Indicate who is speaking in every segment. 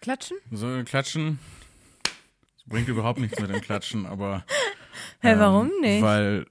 Speaker 1: Klatschen?
Speaker 2: So klatschen bringt überhaupt nichts mit dem Klatschen, aber
Speaker 1: Hä, warum nicht?
Speaker 2: Ähm, weil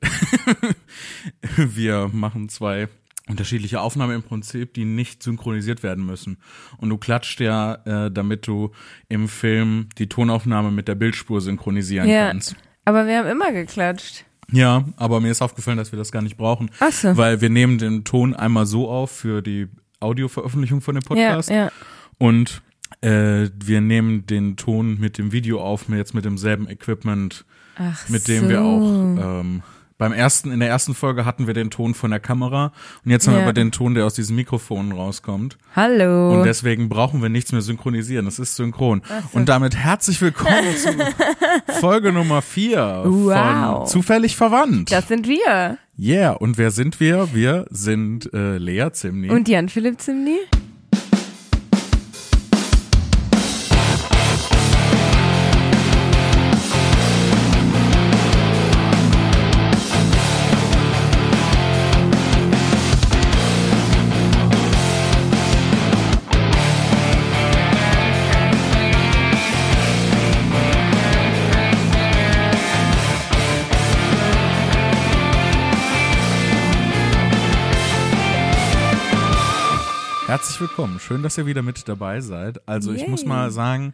Speaker 2: wir machen zwei unterschiedliche Aufnahmen im Prinzip, die nicht synchronisiert werden müssen. Und du klatscht ja, äh, damit du im Film die Tonaufnahme mit der Bildspur synchronisieren
Speaker 1: ja.
Speaker 2: kannst.
Speaker 1: Aber wir haben immer geklatscht.
Speaker 2: Ja, aber mir ist aufgefallen, dass wir das gar nicht brauchen,
Speaker 1: Ach so.
Speaker 2: weil wir nehmen den Ton einmal so auf für die Audioveröffentlichung von dem Podcast
Speaker 1: Ja, ja.
Speaker 2: und äh, wir nehmen den Ton mit dem Video auf, jetzt mit demselben Equipment,
Speaker 1: Ach
Speaker 2: mit dem
Speaker 1: so.
Speaker 2: wir auch ähm, beim ersten in der ersten Folge hatten wir den Ton von der Kamera und jetzt haben wir
Speaker 1: Ja. Oh.
Speaker 2: aber den Ton, der aus diesen Mikrofonen rauskommt
Speaker 1: Hallo.
Speaker 2: und deswegen brauchen wir nichts mehr synchronisieren. Es ist synchron. Und damit herzlich willkommen zu Folge Nummer vier von
Speaker 1: Wow.
Speaker 2: zufällig verwandt.
Speaker 1: das sind wir.
Speaker 2: Yeah, und wer sind wir? Wir sind äh, Lea Zimni.
Speaker 1: Und Jan Philipp Zimni?
Speaker 2: Herzlich willkommen. Schön, dass ihr wieder mit dabei seid. Also ich
Speaker 1: Yay.
Speaker 2: muss mal sagen,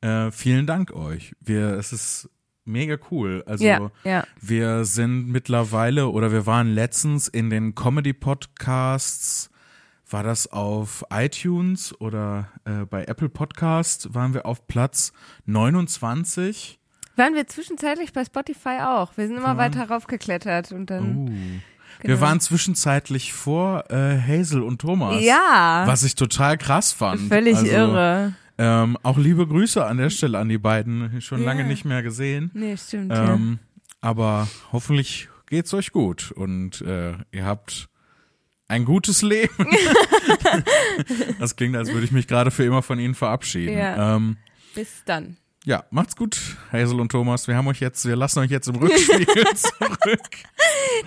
Speaker 2: äh, vielen Dank euch. Wir, es ist mega cool. Also
Speaker 1: Ja, ja.
Speaker 2: wir sind mittlerweile oder wir waren letztens in den Comedy Podcasts. War das auf iTunes oder äh, bei Apple Podcast waren wir auf Platz 29.
Speaker 1: Waren wir zwischenzeitlich bei Spotify auch. Wir sind immer weiter raufgeklettert und
Speaker 2: Oh,
Speaker 1: dann.
Speaker 2: Uh.
Speaker 1: Genau.
Speaker 2: Wir waren zwischenzeitlich vor äh, Hazel und Thomas.
Speaker 1: Ja.
Speaker 2: Was ich total krass fand.
Speaker 1: Völlig
Speaker 2: also,
Speaker 1: irre.
Speaker 2: Ähm, auch liebe Grüße an der Stelle an die beiden. Schon
Speaker 1: Mhm. Ja.
Speaker 2: lange nicht mehr gesehen.
Speaker 1: Nee, stimmt.
Speaker 2: Ähm, aber hoffentlich geht's euch gut und äh, ihr habt ein gutes Leben. das klingt, als würde ich mich gerade für immer von ihnen verabschieden.
Speaker 1: Ja.
Speaker 2: Ähm,
Speaker 1: ja. Bis dann.
Speaker 2: ja, macht's gut, Hazel und Thomas. Wir haben euch jetzt, wir lassen euch jetzt im Rückspiegel zurück.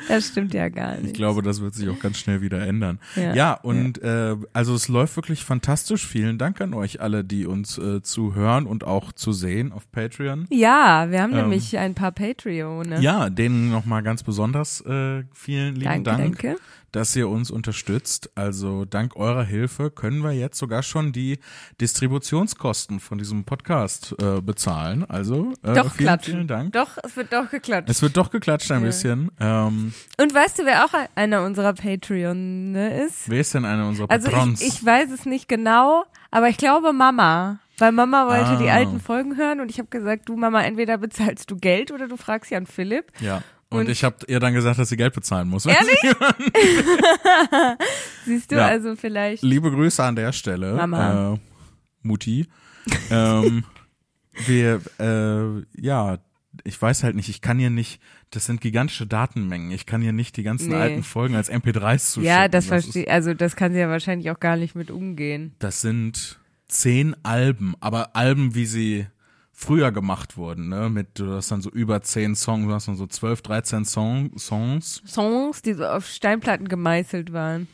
Speaker 1: Das stimmt ja gar nicht.
Speaker 2: Ich glaube, das wird sich auch ganz schnell wieder ändern. Ja,
Speaker 1: Ja.
Speaker 2: und Äh, also es läuft wirklich fantastisch. Vielen Dank an euch alle, die uns äh, zuhören und auch zu sehen auf Patreon.
Speaker 1: ja, wir haben nämlich ein paar Patreone.
Speaker 2: Ähm, Ja, denen nochmal ganz besonders äh, vielen
Speaker 1: Danke,
Speaker 2: lieben Dank,
Speaker 1: danke.
Speaker 2: dass ihr uns unterstützt. Also dank eurer Hilfe können wir jetzt sogar schon die Distributionskosten von diesem Podcast äh, bezahlen. Also äh,
Speaker 1: Doch
Speaker 2: vielen,
Speaker 1: klatschen.
Speaker 2: vielen Dank.
Speaker 1: Doch, es wird doch geklatscht.
Speaker 2: Es wird doch geklatscht ein bisschen. Ähm,
Speaker 1: Und weißt du, wer auch einer unserer Patreone ist?
Speaker 2: wer ist denn einer unserer
Speaker 1: Also
Speaker 2: Patrons?
Speaker 1: ich, ich weiß es nicht genau, aber ich glaube Mama. Weil Mama wollte die
Speaker 2: Ah.
Speaker 1: alten Folgen hören und ich habe gesagt, du Mama, entweder bezahlst du Geld oder du fragst Jan Philipp.
Speaker 2: Ja. Und,
Speaker 1: Und-
Speaker 2: ich habe ihr dann gesagt, dass sie Geld bezahlen muss.
Speaker 1: Siehst du,
Speaker 2: Ja.
Speaker 1: also vielleicht.
Speaker 2: Liebe Grüße an der Stelle.
Speaker 1: Mama.
Speaker 2: Äh, Mutti. Ähm, wir, äh, ja, ich weiß halt nicht, ich kann hier nicht, das sind gigantische Datenmengen. Ich kann hier nicht die ganzen
Speaker 1: Nee.
Speaker 2: alten Folgen als MP3s zuschicken.
Speaker 1: Ja, das
Speaker 2: ist-
Speaker 1: verstehe Also das kann sie ja wahrscheinlich auch gar nicht mit umgehen.
Speaker 2: Das sind zehn Alben, aber Alben, wie sie früher gemacht wurden, ne? Mit, du hast dann so über zehn Songs, du hast dann so zwölf, dreizehn Song, Songs.
Speaker 1: Songs, die so auf Steinplatten gemeißelt waren.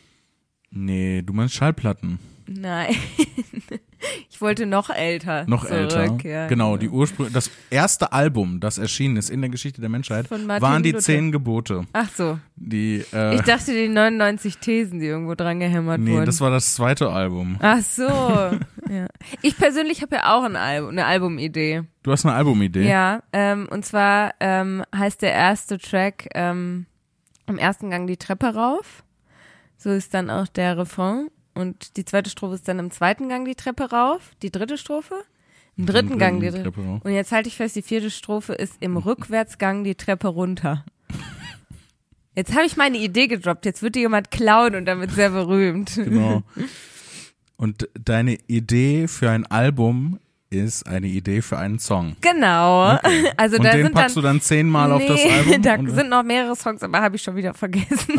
Speaker 2: Nee, du meinst Schallplatten.
Speaker 1: Nein. Ich wollte noch älter.
Speaker 2: Noch
Speaker 1: zurück.
Speaker 2: älter.
Speaker 1: Ja,
Speaker 2: genau, die Ursprung, das erste Album, das erschienen ist in der Geschichte der Menschheit,
Speaker 1: Von Martin
Speaker 2: waren die
Speaker 1: Luther.
Speaker 2: zehn Gebote.
Speaker 1: Ach so.
Speaker 2: Die, äh,
Speaker 1: Ich dachte, die 99 Thesen, die irgendwo dran gehämmert
Speaker 2: nee,
Speaker 1: wurden.
Speaker 2: das war das zweite Album.
Speaker 1: Ach so. ja. Ich persönlich habe ja auch ein Album, eine Albumidee.
Speaker 2: Du hast eine Albumidee.
Speaker 1: Ja, ähm, und zwar ähm, heißt der erste Track ähm, im ersten Gang die Treppe rauf. So ist dann auch der Refrain. Und die zweite Strophe ist dann im zweiten Gang die Treppe rauf. Die dritte Strophe? Im dritten Gang die Treppe.
Speaker 2: Treppe rauf.
Speaker 1: Und jetzt halte ich fest, die vierte Strophe ist im Rückwärtsgang die Treppe runter. Jetzt habe ich meine Idee gedroppt. Jetzt wird die jemand klauen und damit sehr berühmt.
Speaker 2: Genau. Und deine Idee für ein Album ist eine Idee für einen Song.
Speaker 1: Genau. Also
Speaker 2: und
Speaker 1: da
Speaker 2: den
Speaker 1: sind
Speaker 2: packst
Speaker 1: dann
Speaker 2: du dann zehnmal auf das
Speaker 1: Nee,
Speaker 2: Album.
Speaker 1: da
Speaker 2: und,
Speaker 1: sind noch mehrere Songs, aber habe ich schon wieder vergessen.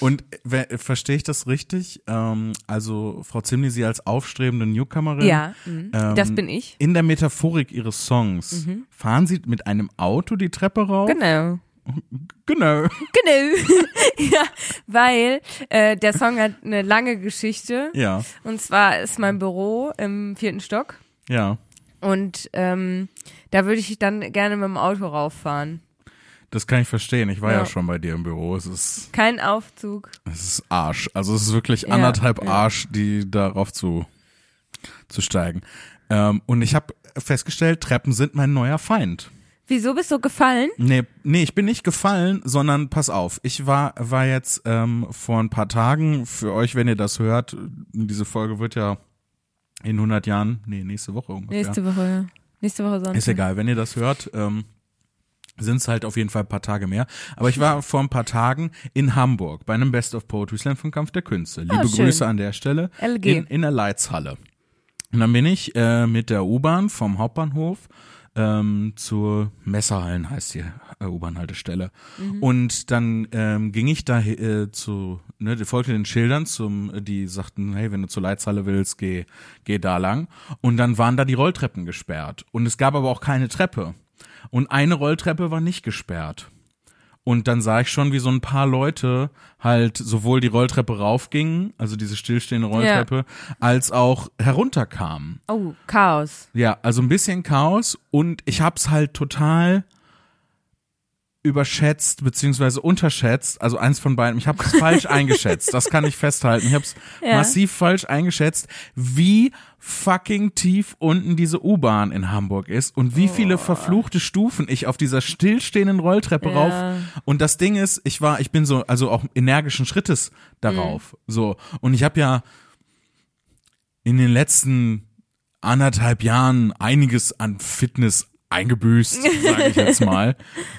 Speaker 2: und wer- verstehe ich das richtig? Ähm, also Frau Zimni, Sie als aufstrebende Newcomerin,
Speaker 1: Ja, mhm. das bin ich. Mhm.
Speaker 2: In der Metaphorik ihres Songs fahren sie mit einem Auto die Treppe rauf
Speaker 1: Genau.
Speaker 2: Genau.
Speaker 1: Genau. ja, weil äh, der Song hat eine lange Geschichte.
Speaker 2: Ja,
Speaker 1: Und zwar ist mein Büro im vierten Stock.
Speaker 2: ja.
Speaker 1: Und ähm, da würde ich dann gerne mit dem Auto rauffahren.
Speaker 2: Das kann ich verstehen. Ich war ja,
Speaker 1: Ja.
Speaker 2: schon bei dir im Büro. Es ist,
Speaker 1: Kein Aufzug.
Speaker 2: es ist Arsch. Also es ist wirklich
Speaker 1: Ja,
Speaker 2: anderthalb
Speaker 1: ja.
Speaker 2: Arsch, die darauf zu, zu steigen. Ähm, und ich habe festgestellt, Treppen sind mein neuer Feind.
Speaker 1: Wieso bist du gefallen?
Speaker 2: Nee, nee, ich bin nicht gefallen, sondern pass auf. Ich war, war jetzt ähm, vor ein paar Tagen, für euch, wenn ihr das hört, diese Folge wird ja in 100 Jahren, nee, nächste Woche ungefähr.
Speaker 1: Nächste Woche. ja. Nächste Woche Sonntag.
Speaker 2: Ist egal, wenn ihr das hört, ähm, sind es halt auf jeden Fall ein paar Tage mehr. Aber ich war vor ein paar Tagen in Hamburg bei einem Best of Poetry Slam vom Kampf der Künste. Liebe
Speaker 1: schön.
Speaker 2: Grüße an der Stelle.
Speaker 1: LG.
Speaker 2: In, in der Leitzhalle. Und dann bin ich äh, mit der U-Bahn vom Hauptbahnhof ähm, zur Messerhallen heißt die äh, U-Bahn-Haltestelle. Und dann ähm, ging ich da äh, zu, ne, die folgte den Schildern zum, äh, die sagten, hey, wenn du zur Leitzahle willst, geh, geh da lang. Und dann waren da die Rolltreppen gesperrt. Und es gab aber auch keine Treppe. Und eine Rolltreppe war nicht gesperrt. Und dann sah ich schon, wie so ein paar Leute halt sowohl die Rolltreppe raufgingen, also diese stillstehende Rolltreppe, als auch herunterkamen.
Speaker 1: Oh, Chaos.
Speaker 2: Ja, also ein bisschen Chaos und ich hab's halt total überschätzt beziehungsweise unterschätzt, also eins von beiden. Ich habe es falsch eingeschätzt, das kann ich festhalten. Ich habe es
Speaker 1: Ja.
Speaker 2: massiv falsch eingeschätzt, wie fucking tief unten diese U-Bahn in Hamburg ist und wie viele verfluchte Stufen ich auf dieser stillstehenden Rolltreppe
Speaker 1: Oh. Ja.
Speaker 2: rauf und das Ding ist, ich war, ich bin so, also auch energischen Schrittes
Speaker 1: Mhm.
Speaker 2: darauf. So. Und ich habe ja in den letzten anderthalb Jahren einiges an Fitness eingebüßt, sage ich jetzt mal.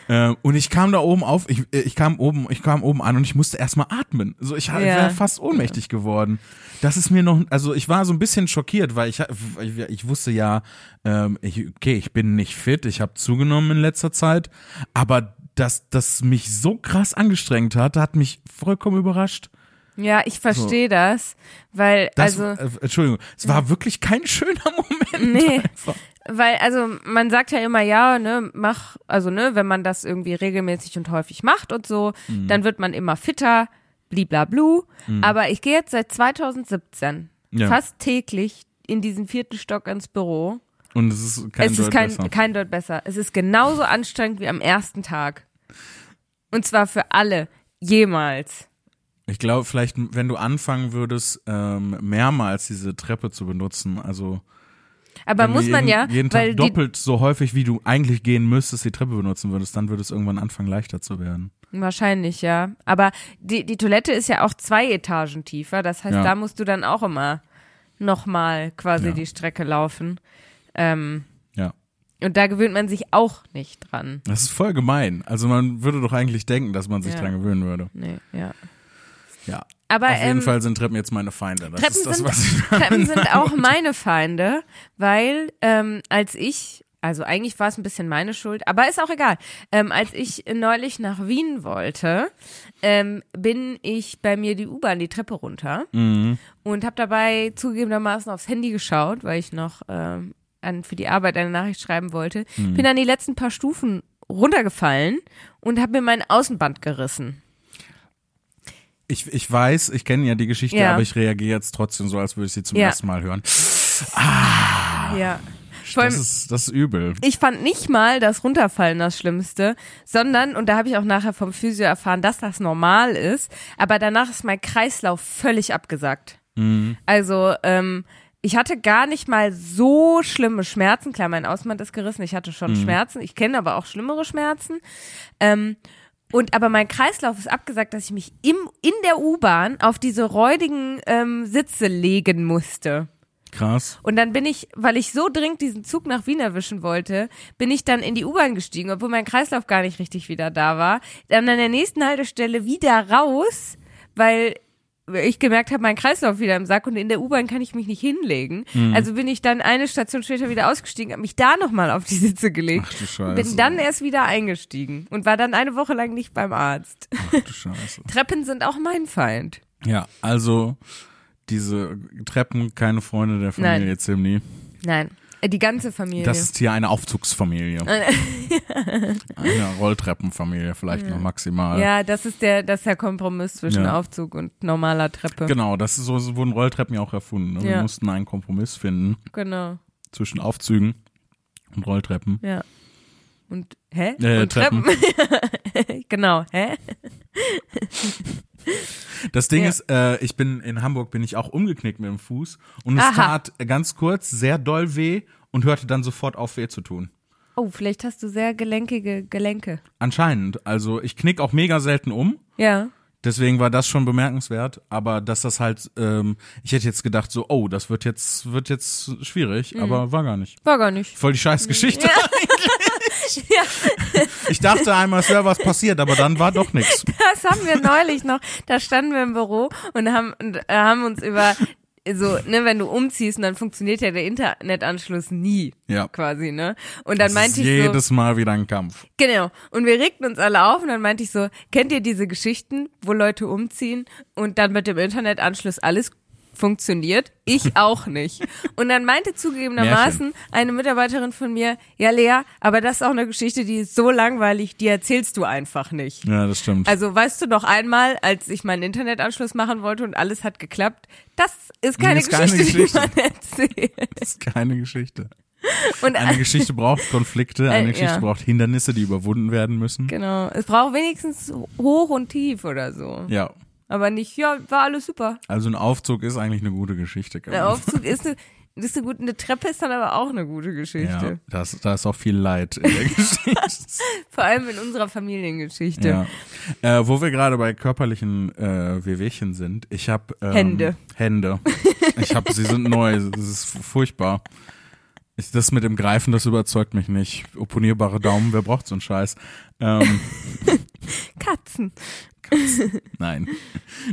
Speaker 2: äh, und ich kam da oben auf, ich, äh, ich kam oben, ich kam oben an und ich musste erstmal atmen. So, ich ha-
Speaker 1: Ja.
Speaker 2: wäre fast ohnmächtig geworden. Das ist mir noch, also ich war so ein bisschen schockiert, weil ich, ha- ich, ich wusste ja, ähm, ich, okay, ich bin nicht fit, ich habe zugenommen in letzter Zeit, aber dass das mich so krass angestrengt hat, hat mich vollkommen überrascht.
Speaker 1: Ja, ich verstehe das, weil
Speaker 2: Das,
Speaker 1: also Mhm.
Speaker 2: äh, Entschuldigung, es war wirklich kein schöner Moment.
Speaker 1: Nee.
Speaker 2: einfach.
Speaker 1: Weil, also man sagt ja immer, ja, ne, mach, also ne, wenn man das irgendwie regelmäßig und häufig macht und so,
Speaker 2: Mhm.
Speaker 1: dann wird man immer fitter, bliblablu. Aber ich gehe jetzt seit 2017
Speaker 2: Ja.
Speaker 1: fast täglich in diesen vierten Stock ins Büro.
Speaker 2: Und es ist kein
Speaker 1: es
Speaker 2: Deut
Speaker 1: ist kein,
Speaker 2: besser.
Speaker 1: kein Deut besser. Es ist genauso anstrengend wie am ersten Tag. Und zwar für alle. Jemals.
Speaker 2: Ich glaube, vielleicht, wenn du anfangen würdest, ähm, mehrmals diese Treppe zu benutzen, also
Speaker 1: Aber
Speaker 2: wenn
Speaker 1: muss
Speaker 2: du
Speaker 1: man
Speaker 2: jeden,
Speaker 1: ja,
Speaker 2: jeden Tag
Speaker 1: weil die,
Speaker 2: doppelt so häufig, wie du eigentlich gehen müsstest, die Treppe benutzen würdest, dann würde es irgendwann anfangen, leichter zu werden.
Speaker 1: Wahrscheinlich, ja. Aber die, die Toilette ist ja auch zwei Etagen tiefer. Das heißt,
Speaker 2: Ja.
Speaker 1: da musst du dann auch immer nochmal quasi
Speaker 2: Ja.
Speaker 1: die Strecke laufen. Ähm,
Speaker 2: Ja.
Speaker 1: und da gewöhnt man sich auch nicht dran.
Speaker 2: Das ist voll gemein. Also man würde doch eigentlich denken, dass man sich
Speaker 1: Ja.
Speaker 2: dran gewöhnen würde.
Speaker 1: Nee, ja.
Speaker 2: Ja.
Speaker 1: Aber
Speaker 2: Auf jeden
Speaker 1: ähm,
Speaker 2: Fall sind Treppen jetzt meine Feinde. Das
Speaker 1: Treppen
Speaker 2: ist das,
Speaker 1: sind-
Speaker 2: was ich
Speaker 1: Treppen sind auch meine Feinde, weil ähm, als ich, also eigentlich war es ein bisschen meine Schuld, aber ist auch egal. Ähm, als ich neulich nach Wien wollte, ähm, bin ich bei mir die U-Bahn die Treppe runter und habe dabei zugegebenermaßen aufs Handy geschaut, weil ich noch ähm, an, für die Arbeit eine Nachricht schreiben wollte. Bin dann die letzten paar Stufen runtergefallen und habe mir mein Außenband gerissen.
Speaker 2: Ich, ich weiß, ich kenne ja die Geschichte,
Speaker 1: Ja.
Speaker 2: aber ich reagiere jetzt trotzdem so, als würde ich sie zum
Speaker 1: Ja.
Speaker 2: ersten Mal hören.
Speaker 1: Ja. Vor
Speaker 2: Das
Speaker 1: allem-
Speaker 2: ist, das ist übel.
Speaker 1: ich fand nicht mal das Runterfallen das Schlimmste, sondern, und da habe ich auch nachher vom Physio erfahren, dass das normal ist, aber danach ist mein Kreislauf völlig abgesackt. Also, ähm, ich hatte gar nicht mal so schlimme Schmerzen. Klar, mein Ausband ist gerissen, ich hatte schon Schmerzen. Ich kenne aber auch schlimmere Schmerzen. Ähm, und aber mein Kreislauf ist abgesagt, dass ich mich im, in der U-Bahn auf diese räudigen ähm, Sitze legen musste.
Speaker 2: Krass.
Speaker 1: Und dann bin ich, weil ich so dringend diesen Zug nach Wien erwischen wollte, bin ich dann in die U-Bahn gestiegen, obwohl mein Kreislauf gar nicht richtig wieder da war. Dann an der nächsten Haltestelle wieder raus, weil ich gemerkt habe, mein Kreislauf wieder im Sack und in der U-Bahn kann ich mich nicht hinlegen.
Speaker 2: Mhm.
Speaker 1: Also bin ich dann eine Station später wieder ausgestiegen, habe mich da nochmal auf die Sitze gelegt.
Speaker 2: Ach du
Speaker 1: und
Speaker 2: Scheiße.
Speaker 1: bin dann erst wieder eingestiegen und war dann eine Woche lang nicht beim Arzt.
Speaker 2: Ach du Scheiße.
Speaker 1: Treppen sind auch mein Feind.
Speaker 2: Ja, also diese Treppen, keine Freunde der Familie
Speaker 1: Nein.
Speaker 2: jetzt im nie.
Speaker 1: Nein. Äh, Die ganze Familie.
Speaker 2: Das ist hier eine Aufzugsfamilie. eine Rolltreppenfamilie vielleicht noch maximal.
Speaker 1: ja, das ist der, das ist der Kompromiss zwischen
Speaker 2: Ah. Ja.
Speaker 1: Aufzug und normaler Treppe.
Speaker 2: Genau, das ist so, so wurden Rolltreppen ja auch erfunden. Ne? Wir
Speaker 1: Ja.
Speaker 2: mussten einen Kompromiss finden
Speaker 1: genau.
Speaker 2: zwischen Aufzügen und Rolltreppen.
Speaker 1: Ja. Und hä?
Speaker 2: Äh,
Speaker 1: und Treppen. genau, hä?
Speaker 2: Das Ding
Speaker 1: Ja.
Speaker 2: ist, äh, ich bin in Hamburg, bin ich auch umgeknickt mit dem Fuß und es
Speaker 1: Aha.
Speaker 2: tat ganz kurz sehr doll weh und hörte dann sofort auf weh zu tun.
Speaker 1: Oh, vielleicht hast du sehr gelenkige Gelenke.
Speaker 2: Anscheinend. Also ich knick auch mega selten um.
Speaker 1: Ja.
Speaker 2: Deswegen war das schon bemerkenswert, aber dass das halt, ähm, ich hätte jetzt gedacht so, oh, das wird jetzt, wird jetzt schwierig,
Speaker 1: Mhm.
Speaker 2: aber war gar nicht.
Speaker 1: War gar nicht.
Speaker 2: Voll die Scheißgeschichte.
Speaker 1: Ja,
Speaker 2: Ich dachte einmal, es wäre was passiert, aber dann war doch nichts.
Speaker 1: das haben wir neulich noch. Da standen wir im Büro und haben, und, äh, haben uns über so, ne, wenn du umziehst und dann funktioniert ja der Internetanschluss nie.
Speaker 2: Ja.
Speaker 1: Quasi, ne? Und dann
Speaker 2: Das ist
Speaker 1: meinte ich so,
Speaker 2: jedes Mal wieder ein Kampf.
Speaker 1: Genau. Und wir regten uns alle auf und dann meinte ich so, kennt ihr diese Geschichten, wo Leute umziehen und dann mit dem Internetanschluss alles funktioniert? Ich auch nicht. Und dann meinte zugegebenermaßen eine Mitarbeiterin von mir, ja Lea, aber das ist auch eine Geschichte, die ist so langweilig, die erzählst du einfach nicht.
Speaker 2: Ja, das stimmt.
Speaker 1: Also weißt du noch einmal, als ich meinen Internetanschluss machen wollte und alles hat geklappt, das ist keine,
Speaker 2: Ist keine
Speaker 1: Geschichte,
Speaker 2: Geschichte.
Speaker 1: die man erzählt.
Speaker 2: das ist keine Geschichte.
Speaker 1: Und
Speaker 2: Eine Geschichte braucht Konflikte, eine
Speaker 1: Äh,
Speaker 2: Geschichte
Speaker 1: ja.
Speaker 2: braucht Hindernisse, die überwunden werden müssen.
Speaker 1: genau, es braucht wenigstens hoch und tief oder so.
Speaker 2: Ja,
Speaker 1: Aber nicht, ja, war alles super.
Speaker 2: also ein Aufzug ist eigentlich eine gute Geschichte. kann
Speaker 1: Der
Speaker 2: man-
Speaker 1: Aufzug ist eine, ist eine gute, eine Treppe ist dann aber auch eine gute
Speaker 2: ja,
Speaker 1: Geschichte.
Speaker 2: das, da ist auch viel Leid in der Geschichte.
Speaker 1: Vor allem in unserer Familiengeschichte.
Speaker 2: ja. äh, wo wir gerade bei körperlichen äh, Wehwehchen sind, ich habe ähm,
Speaker 1: Hände.
Speaker 2: Hände. Ich habe, sie sind neu, das ist furchtbar. Ich, das mit dem Greifen, das überzeugt mich nicht. Opponierbare Daumen, wer braucht so einen Scheiß? Ähm,
Speaker 1: Katzen.
Speaker 2: Nein,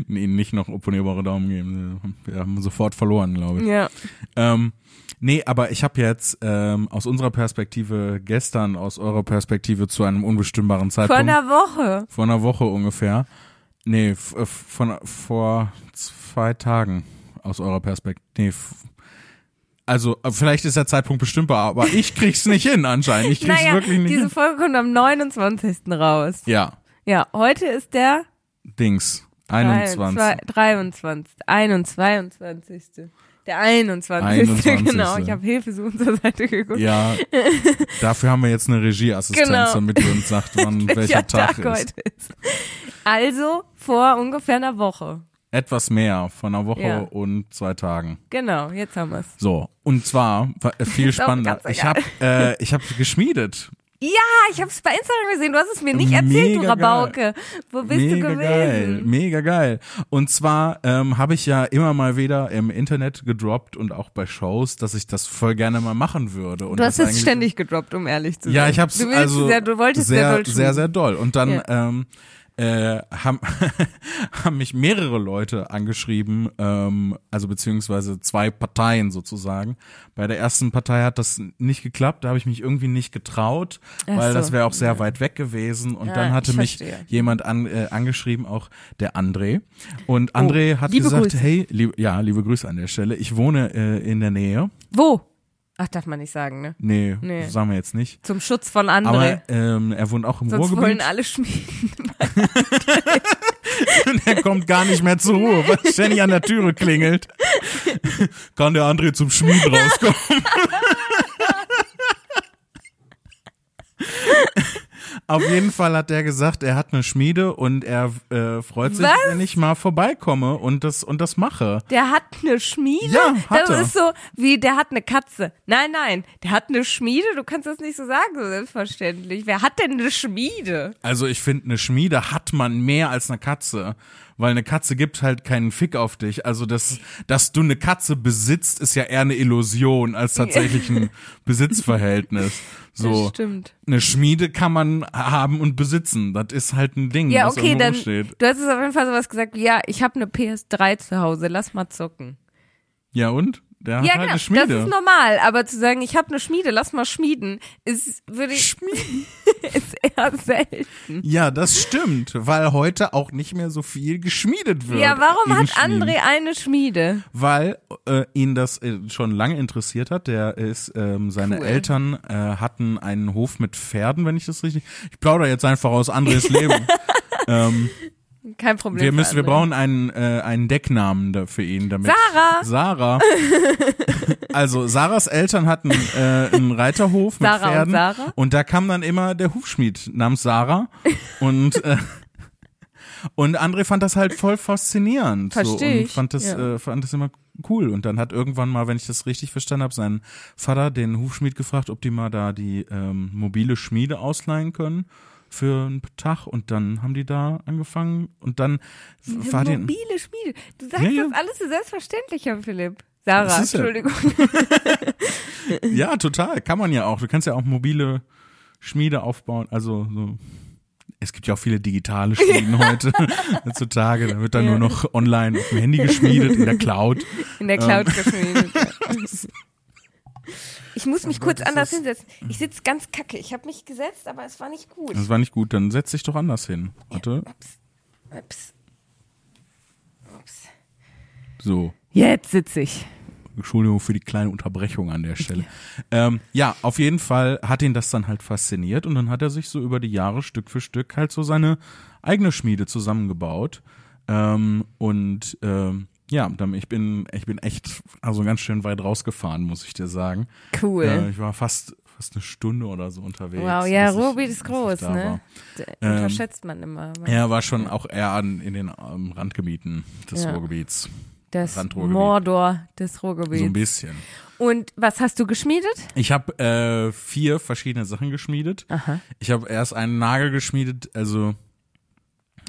Speaker 2: ihnen nicht noch opponierbare Daumen geben. Wir haben sofort verloren, glaube ich.
Speaker 1: Ja.
Speaker 2: Ähm, nee, aber ich habe jetzt ähm, aus unserer Perspektive gestern, aus eurer Perspektive zu einem unbestimmbaren
Speaker 1: Vor
Speaker 2: Zeitpunkt,
Speaker 1: einer Woche.
Speaker 2: vor einer Woche ungefähr, nee, f- äh, von, vor zwei Tagen aus eurer Perspektive, nee, f- also äh, vielleicht ist der Zeitpunkt bestimmbar, aber ich krieg's nicht hin anscheinend. Ich krieg's
Speaker 1: Naja,
Speaker 2: wirklich nicht
Speaker 1: diese
Speaker 2: hin.
Speaker 1: Folge kommt am 29. raus.
Speaker 2: Ja,
Speaker 1: Ja, heute ist der
Speaker 2: Dings, 21.
Speaker 1: 23. 23. 21. 22. Der 21.
Speaker 2: 21..
Speaker 1: Genau, ich habe Hilfe zu unserer Seite geguckt.
Speaker 2: Ja, dafür haben wir jetzt eine Regieassistenz,
Speaker 1: Genau.
Speaker 2: damit die uns sagt, wann welcher Tag, ist.
Speaker 1: heute ist. Also vor ungefähr einer Woche.
Speaker 2: Etwas mehr von einer Woche
Speaker 1: Ja.
Speaker 2: und zwei Tagen.
Speaker 1: Genau, jetzt haben wir's.
Speaker 2: So, und zwar äh, viel
Speaker 1: Ist auch
Speaker 2: spannender.
Speaker 1: ganz
Speaker 2: Ich
Speaker 1: egal.
Speaker 2: habe äh, ich hab geschmiedet.
Speaker 1: Ja, ich hab's bei Instagram gesehen. Du hast es mir nicht erzählt,
Speaker 2: Mega
Speaker 1: du Rabauke. Wo bist
Speaker 2: Mega
Speaker 1: du gewesen?
Speaker 2: geil, mega geil. Und zwar ähm, habe ich ja immer mal wieder im Internet gedroppt und auch bei Shows, dass ich das voll gerne mal machen würde. Und
Speaker 1: Du hast
Speaker 2: das
Speaker 1: es
Speaker 2: eigentlich-
Speaker 1: ständig gedroppt, um ehrlich zu sein.
Speaker 2: Ja, ich hab's
Speaker 1: du willst
Speaker 2: also
Speaker 1: sehr, du wolltest
Speaker 2: sehr,
Speaker 1: doll
Speaker 2: sehr, sehr doll. Und dann
Speaker 1: Ja.
Speaker 2: ähm, äh, haben, haben mich mehrere Leute angeschrieben, ähm, also beziehungsweise zwei Parteien sozusagen. Bei der ersten Partei hat das nicht geklappt, da habe ich mich irgendwie nicht getraut, weil
Speaker 1: so.
Speaker 2: das wäre auch sehr weit weg gewesen. Und
Speaker 1: Ah,
Speaker 2: dann hatte
Speaker 1: ich
Speaker 2: mich
Speaker 1: verstehe.
Speaker 2: jemand an, äh, angeschrieben, auch der André. Und André hat
Speaker 1: Oh, liebe
Speaker 2: gesagt,
Speaker 1: Grüße.
Speaker 2: hey, lieb, ja, liebe Grüße an der Stelle, ich wohne äh, in der Nähe.
Speaker 1: Wo? Ach, darf man nicht sagen, ne?
Speaker 2: Nee,
Speaker 1: Nee.
Speaker 2: sagen wir jetzt nicht.
Speaker 1: Zum Schutz von anderen.
Speaker 2: Aber ähm, er wohnt auch im
Speaker 1: Sonst wollen
Speaker 2: Ruhrgebiet
Speaker 1: alle schmieden.
Speaker 2: und er kommt gar nicht mehr zur Ruhe, weil ständig an der Türe klingelt. Kann der André zum Schmied rauskommen? Auf jeden Fall hat er gesagt, er hat eine Schmiede und er äh, freut sich,
Speaker 1: Was?
Speaker 2: wenn ich mal vorbeikomme und das und das mache.
Speaker 1: Der hat eine Schmiede.
Speaker 2: Ja, hat
Speaker 1: das
Speaker 2: er.
Speaker 1: ist so wie der hat eine Katze. Nein, nein, der hat eine Schmiede. Du kannst das nicht so sagen, so selbstverständlich. Wer hat denn eine Schmiede?
Speaker 2: Also ich finde, eine Schmiede hat man mehr als eine Katze, weil eine Katze gibt halt keinen Fick auf dich. Also das, dass du eine Katze besitzt, ist ja eher eine Illusion als tatsächlich ein Besitzverhältnis. So
Speaker 1: Das stimmt.
Speaker 2: eine Schmiede kann man haben und besitzen. Das ist halt ein Ding,
Speaker 1: Ja,
Speaker 2: was
Speaker 1: okay,
Speaker 2: irgendwo
Speaker 1: dann.
Speaker 2: steht.
Speaker 1: Du hast es auf jeden Fall sowas gesagt. wie, Ja, ich habe eine PS3 zu Hause. Lass mal zocken.
Speaker 2: Ja und
Speaker 1: Ja,
Speaker 2: der hat halt
Speaker 1: genau.
Speaker 2: eine Schmiede.
Speaker 1: ne Das ist normal, aber zu sagen, ich habe eine Schmiede, lass mal schmieden, ist würde ich
Speaker 2: Schmieden.
Speaker 1: ist eher selten.
Speaker 2: Ja, das stimmt, weil heute auch nicht mehr so viel geschmiedet wird.
Speaker 1: Ja, warum
Speaker 2: in
Speaker 1: hat
Speaker 2: Schmieden.
Speaker 1: André eine Schmiede?
Speaker 2: Weil äh, ihn das äh, schon lange interessiert hat. Der ist, ähm, seine
Speaker 1: Cool.
Speaker 2: Eltern äh, hatten einen Hof mit Pferden, wenn ich das richtig. Ich plaudere jetzt einfach aus Andres Leben. ähm,
Speaker 1: Kein Problem.
Speaker 2: wir
Speaker 1: für
Speaker 2: müssen, wir
Speaker 1: André.
Speaker 2: brauchen einen, äh, einen Decknamen da für ihn, damit.
Speaker 1: Sarah!
Speaker 2: Sarah. also Sarahs Eltern hatten äh, einen Reiterhof mit
Speaker 1: Sarah und
Speaker 2: Pferden
Speaker 1: Sarah?
Speaker 2: und da kam dann immer der Hufschmied namens Sarah und äh, und André fand das halt voll faszinierend so,
Speaker 1: Versteh
Speaker 2: und
Speaker 1: ich,
Speaker 2: fand das
Speaker 1: ja.
Speaker 2: äh, fand das immer cool und dann hat irgendwann mal, wenn ich das richtig verstanden habe, sein Vater den Hufschmied gefragt, ob die mal da die ähm, mobile Schmiede ausleihen können für einen Tag und dann haben die da angefangen und dann
Speaker 1: Eine
Speaker 2: war den
Speaker 1: mobile Schmiede. Du sagst
Speaker 2: Ja, ja.
Speaker 1: das alles so selbstverständlicher, Philipp.
Speaker 2: Das
Speaker 1: Sarah,
Speaker 2: ist ja-
Speaker 1: Entschuldigung.
Speaker 2: Ja, total. Kann man ja auch. Du kannst ja auch mobile Schmiede aufbauen. Also so. Es gibt ja auch viele digitale Schmieden heute heutzutage. Da wird dann nur noch online auf dem Handy geschmiedet, in der Cloud.
Speaker 1: In der
Speaker 2: Ähm.
Speaker 1: Cloud geschmiedet. Ich muss mich kurz anders hinsetzen. Ich sitze ganz kacke. Ich habe mich gesetzt, aber es war nicht gut.
Speaker 2: Das war nicht gut. Dann setz dich doch anders hin. Warte.
Speaker 1: Ups. Ups.
Speaker 2: So.
Speaker 1: Jetzt sitze ich.
Speaker 2: Entschuldigung für die kleine Unterbrechung an der Stelle. Ähm, ja, auf jeden Fall hat ihn das dann halt fasziniert und dann hat er sich so über die Jahre Stück für Stück halt so seine eigene Schmiede zusammengebaut. Ähm, und ähm, ja, dann- ich bin, ich bin echt also ganz schön weit rausgefahren, muss ich dir sagen.
Speaker 1: Cool.
Speaker 2: Äh, ich war fast fast eine Stunde oder so unterwegs.
Speaker 1: wow, ja,
Speaker 2: bis ich-
Speaker 1: Ruby
Speaker 2: bis
Speaker 1: ist
Speaker 2: ich
Speaker 1: groß,
Speaker 2: da Ähm.
Speaker 1: ne?
Speaker 2: war.
Speaker 1: D- Unterschätzt man immer. aber
Speaker 2: Ja, war schon auch eher an, in den ähm, Randgebieten des
Speaker 1: Ja.
Speaker 2: Ruhrgebiets.
Speaker 1: Das
Speaker 2: Randruhrgebiet.
Speaker 1: Mordor des
Speaker 2: So ein
Speaker 1: Ruhrgebiets.
Speaker 2: bisschen.
Speaker 1: Und was hast du geschmiedet?
Speaker 2: Ich habe äh, vier verschiedene Sachen geschmiedet. Ich habe erst einen Nagel geschmiedet, also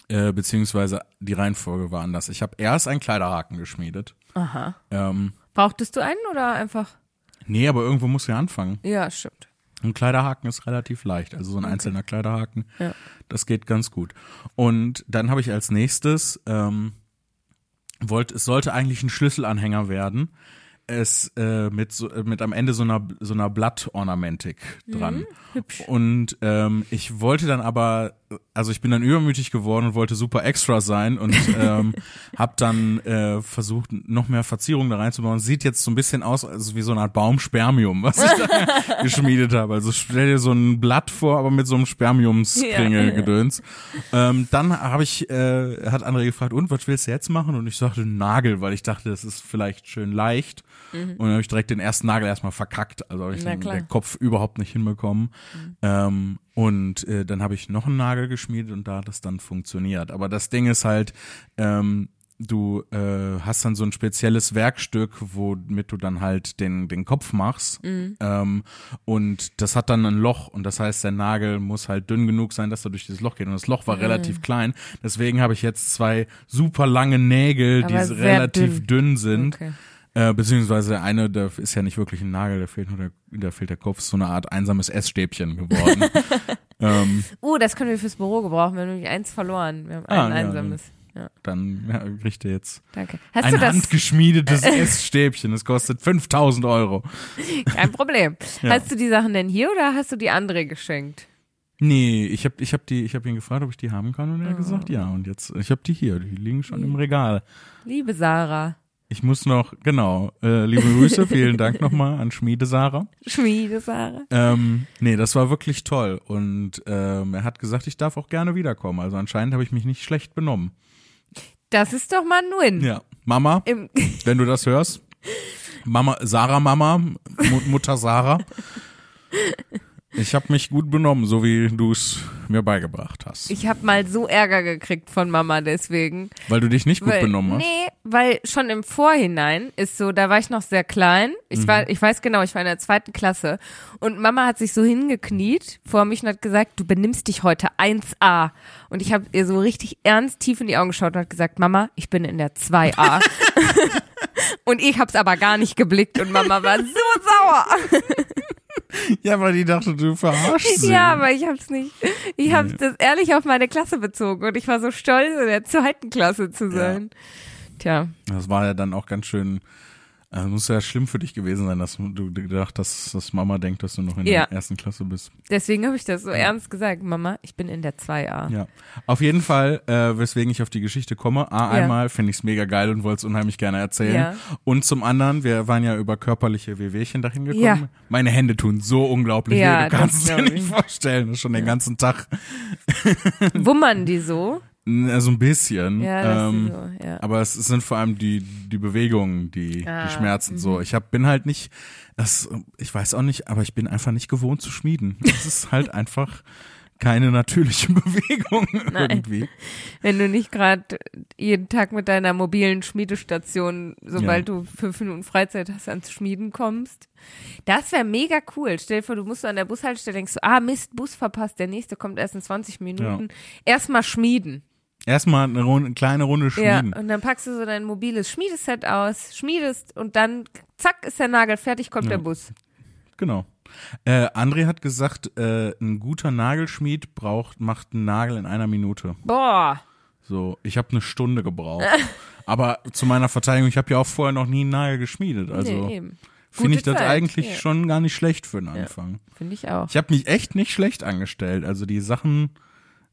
Speaker 2: äh, beziehungsweise die Reihenfolge war anders. Ich habe erst einen Kleiderhaken geschmiedet.
Speaker 1: Aha.
Speaker 2: Ähm,
Speaker 1: Brauchtest du einen oder einfach?
Speaker 2: nee, aber irgendwo muss ja anfangen.
Speaker 1: Ja, stimmt.
Speaker 2: Ein Kleiderhaken ist relativ leicht, also so ein einzelner Kleiderhaken,
Speaker 1: Ja.
Speaker 2: das geht ganz gut. Und dann habe ich als nächstes ähm, wollte, es sollte eigentlich ein Schlüsselanhänger werden. Es äh, mit so, mit am Ende so einer so einer Blattornamentik dran.
Speaker 1: Mhm. Hübsch.
Speaker 2: Und ähm, ich wollte dann aber, also ich bin dann übermütig geworden und wollte super extra sein und ähm, habe dann äh, versucht, noch mehr Verzierungen da reinzubauen. Sieht jetzt so ein bisschen aus, also wie so eine Art Baumspermium, was ich da geschmiedet habe. Also stell dir so ein Blatt vor, aber mit so einem Spermiumskringel-Gedöns. Ähm, dann habe ich, äh, hat André gefragt, und was willst du jetzt machen? Und ich sagte Nagel, weil ich dachte, das ist vielleicht schön leicht. Und dann habe ich direkt den ersten Nagel erstmal verkackt. Also habe ich
Speaker 1: Mhm. Na
Speaker 2: den,
Speaker 1: klar.
Speaker 2: der Kopf überhaupt nicht hinbekommen. Ähm, und äh, dann habe ich noch einen Nagel geschmiedet und da hat das dann funktioniert. Aber das Ding ist halt, ähm, du äh, hast dann so ein spezielles Werkstück, womit du dann halt den, den Kopf machst.
Speaker 1: Mhm.
Speaker 2: Ähm, und das hat dann ein Loch und das heißt, der Nagel muss halt dünn genug sein, dass er durch dieses Loch geht. Und das Loch war
Speaker 1: Mhm.
Speaker 2: relativ klein. Deswegen habe ich jetzt zwei super lange Nägel,
Speaker 1: Aber
Speaker 2: die
Speaker 1: sehr
Speaker 2: relativ dünn, sind.
Speaker 1: Okay.
Speaker 2: Äh, beziehungsweise der eine, der ist ja nicht wirklich ein Nagel, da fehlt nur der, da fehlt der Kopf, ist so eine Art einsames Essstäbchen geworden. ähm,
Speaker 1: Oh, das können wir fürs Büro gebrauchen. Wir haben nämlich eins verloren. Wir haben
Speaker 2: Ah,
Speaker 1: ein
Speaker 2: ja,
Speaker 1: einsames. Ja,
Speaker 2: dann ja, kriegt ihr jetzt
Speaker 1: danke. Hast du
Speaker 2: ein
Speaker 1: das?
Speaker 2: handgeschmiedetes Essstäbchen. Das kostet 5000 Euro.
Speaker 1: Kein Problem.
Speaker 2: Ja.
Speaker 1: Hast du die Sachen denn hier oder hast du die andere geschenkt?
Speaker 2: Nee, ich habe ich hab die, ich hab ihn gefragt, ob ich die haben kann und
Speaker 1: Oh.
Speaker 2: er hat gesagt, ja. Und jetzt, ich habe die hier, die liegen schon im Regal.
Speaker 1: Liebe Sarah,
Speaker 2: Ich muss noch, genau, äh, liebe Grüße, vielen Dank nochmal an Schmiede Sarah.
Speaker 1: Schmiede Sarah.
Speaker 2: Ähm, nee, das war wirklich toll. Und ähm, er hat gesagt, ich darf auch gerne wiederkommen. Also anscheinend habe ich mich nicht schlecht benommen.
Speaker 1: Das ist doch mal ein Win.
Speaker 2: Ja. Mama,
Speaker 1: Im,
Speaker 2: wenn du das hörst. Mama, Sarah Mama, Mu- Mutter Sarah. Ich habe mich gut benommen, so wie du es mir beigebracht hast.
Speaker 1: ich habe mal so Ärger gekriegt von Mama deswegen.
Speaker 2: Weil du dich nicht gut
Speaker 1: weil,
Speaker 2: benommen hast.
Speaker 1: Nee, weil schon im Vorhinein ist so, da war ich noch sehr klein. Ich
Speaker 2: Mhm.
Speaker 1: war, ich weiß genau, ich war in der zweiten Klasse. Und Mama hat sich so hingekniet vor mich und hat gesagt, du benimmst dich heute 1a. Und ich habe ihr so richtig ernst tief in die Augen geschaut und hat gesagt, Mama, ich bin in der 2a. und ich hab's aber gar nicht geblickt und Mama war so sauer.
Speaker 2: Ja, weil die dachte, du verarschst sie.
Speaker 1: Ja, aber ich hab's nicht. Ich hab's das ehrlich auf meine Klasse bezogen und ich war so stolz, in der zweiten Klasse zu sein. Tja.
Speaker 2: Das war ja dann auch ganz schön Das muss ja schlimm für dich gewesen sein, dass du gedacht hast, dass Mama denkt, dass du noch in
Speaker 1: Ja.
Speaker 2: der ersten Klasse bist.
Speaker 1: Deswegen habe ich das so ernst gesagt. Mama, ich bin in der 2a.
Speaker 2: Ja. Auf jeden Fall, äh, weswegen ich auf die Geschichte komme. A,
Speaker 1: Ja.
Speaker 2: einmal finde ich es mega geil und wollte es unheimlich gerne erzählen.
Speaker 1: Ja.
Speaker 2: Und zum anderen, wir waren ja über körperliche Wehwehchen dahin gekommen.
Speaker 1: Ja.
Speaker 2: Meine Hände tun so unglaublich
Speaker 1: Ja,
Speaker 2: weh, du kannst
Speaker 1: das
Speaker 2: es dir
Speaker 1: glaub ich.
Speaker 2: nicht vorstellen. Das ist Schon den ganzen Tag
Speaker 1: Wummern die so?
Speaker 2: äh, so ein bisschen.
Speaker 1: Ja, das
Speaker 2: ähm,
Speaker 1: ist so, ja.
Speaker 2: Aber es sind vor allem die, die Bewegungen, die,
Speaker 1: Ah,
Speaker 2: die schmerzen. So, ich hab, bin halt nicht, das, ich weiß auch nicht, aber ich bin einfach nicht gewohnt zu schmieden. Es ist halt einfach keine natürliche Bewegung irgendwie.
Speaker 1: Wenn du nicht gerade jeden Tag mit deiner mobilen Schmiedestation, sobald du fünf Minuten Freizeit hast, ans Schmieden kommst. Das wäre mega cool. Stell dir vor, du musst so an der Bushaltestelle, denkst du, ah Mist, Bus verpasst, der nächste kommt erst in 20 Minuten. Erstmal schmieden.
Speaker 2: Erstmal eine, Runde, eine kleine Runde schmieden.
Speaker 1: Ja, und dann packst du so dein mobiles Schmiedeset aus, schmiedest und dann, zack, ist der Nagel fertig, kommt der Bus.
Speaker 2: Genau. Äh, André hat gesagt, äh, ein guter Nagelschmied braucht, macht einen Nagel in einer Minute.
Speaker 1: Boah.
Speaker 2: So, ich habe eine Stunde gebraucht. Aber zu meiner Verteidigung, ich habe ja auch vorher noch nie einen Nagel geschmiedet. Also
Speaker 1: nee, eben.
Speaker 2: finde
Speaker 1: Gute
Speaker 2: ich das
Speaker 1: Zeit,
Speaker 2: eigentlich
Speaker 1: ja.
Speaker 2: schon gar nicht schlecht für den Anfang.
Speaker 1: Finde ich auch.
Speaker 2: Ich habe mich echt nicht schlecht angestellt. Also die Sachen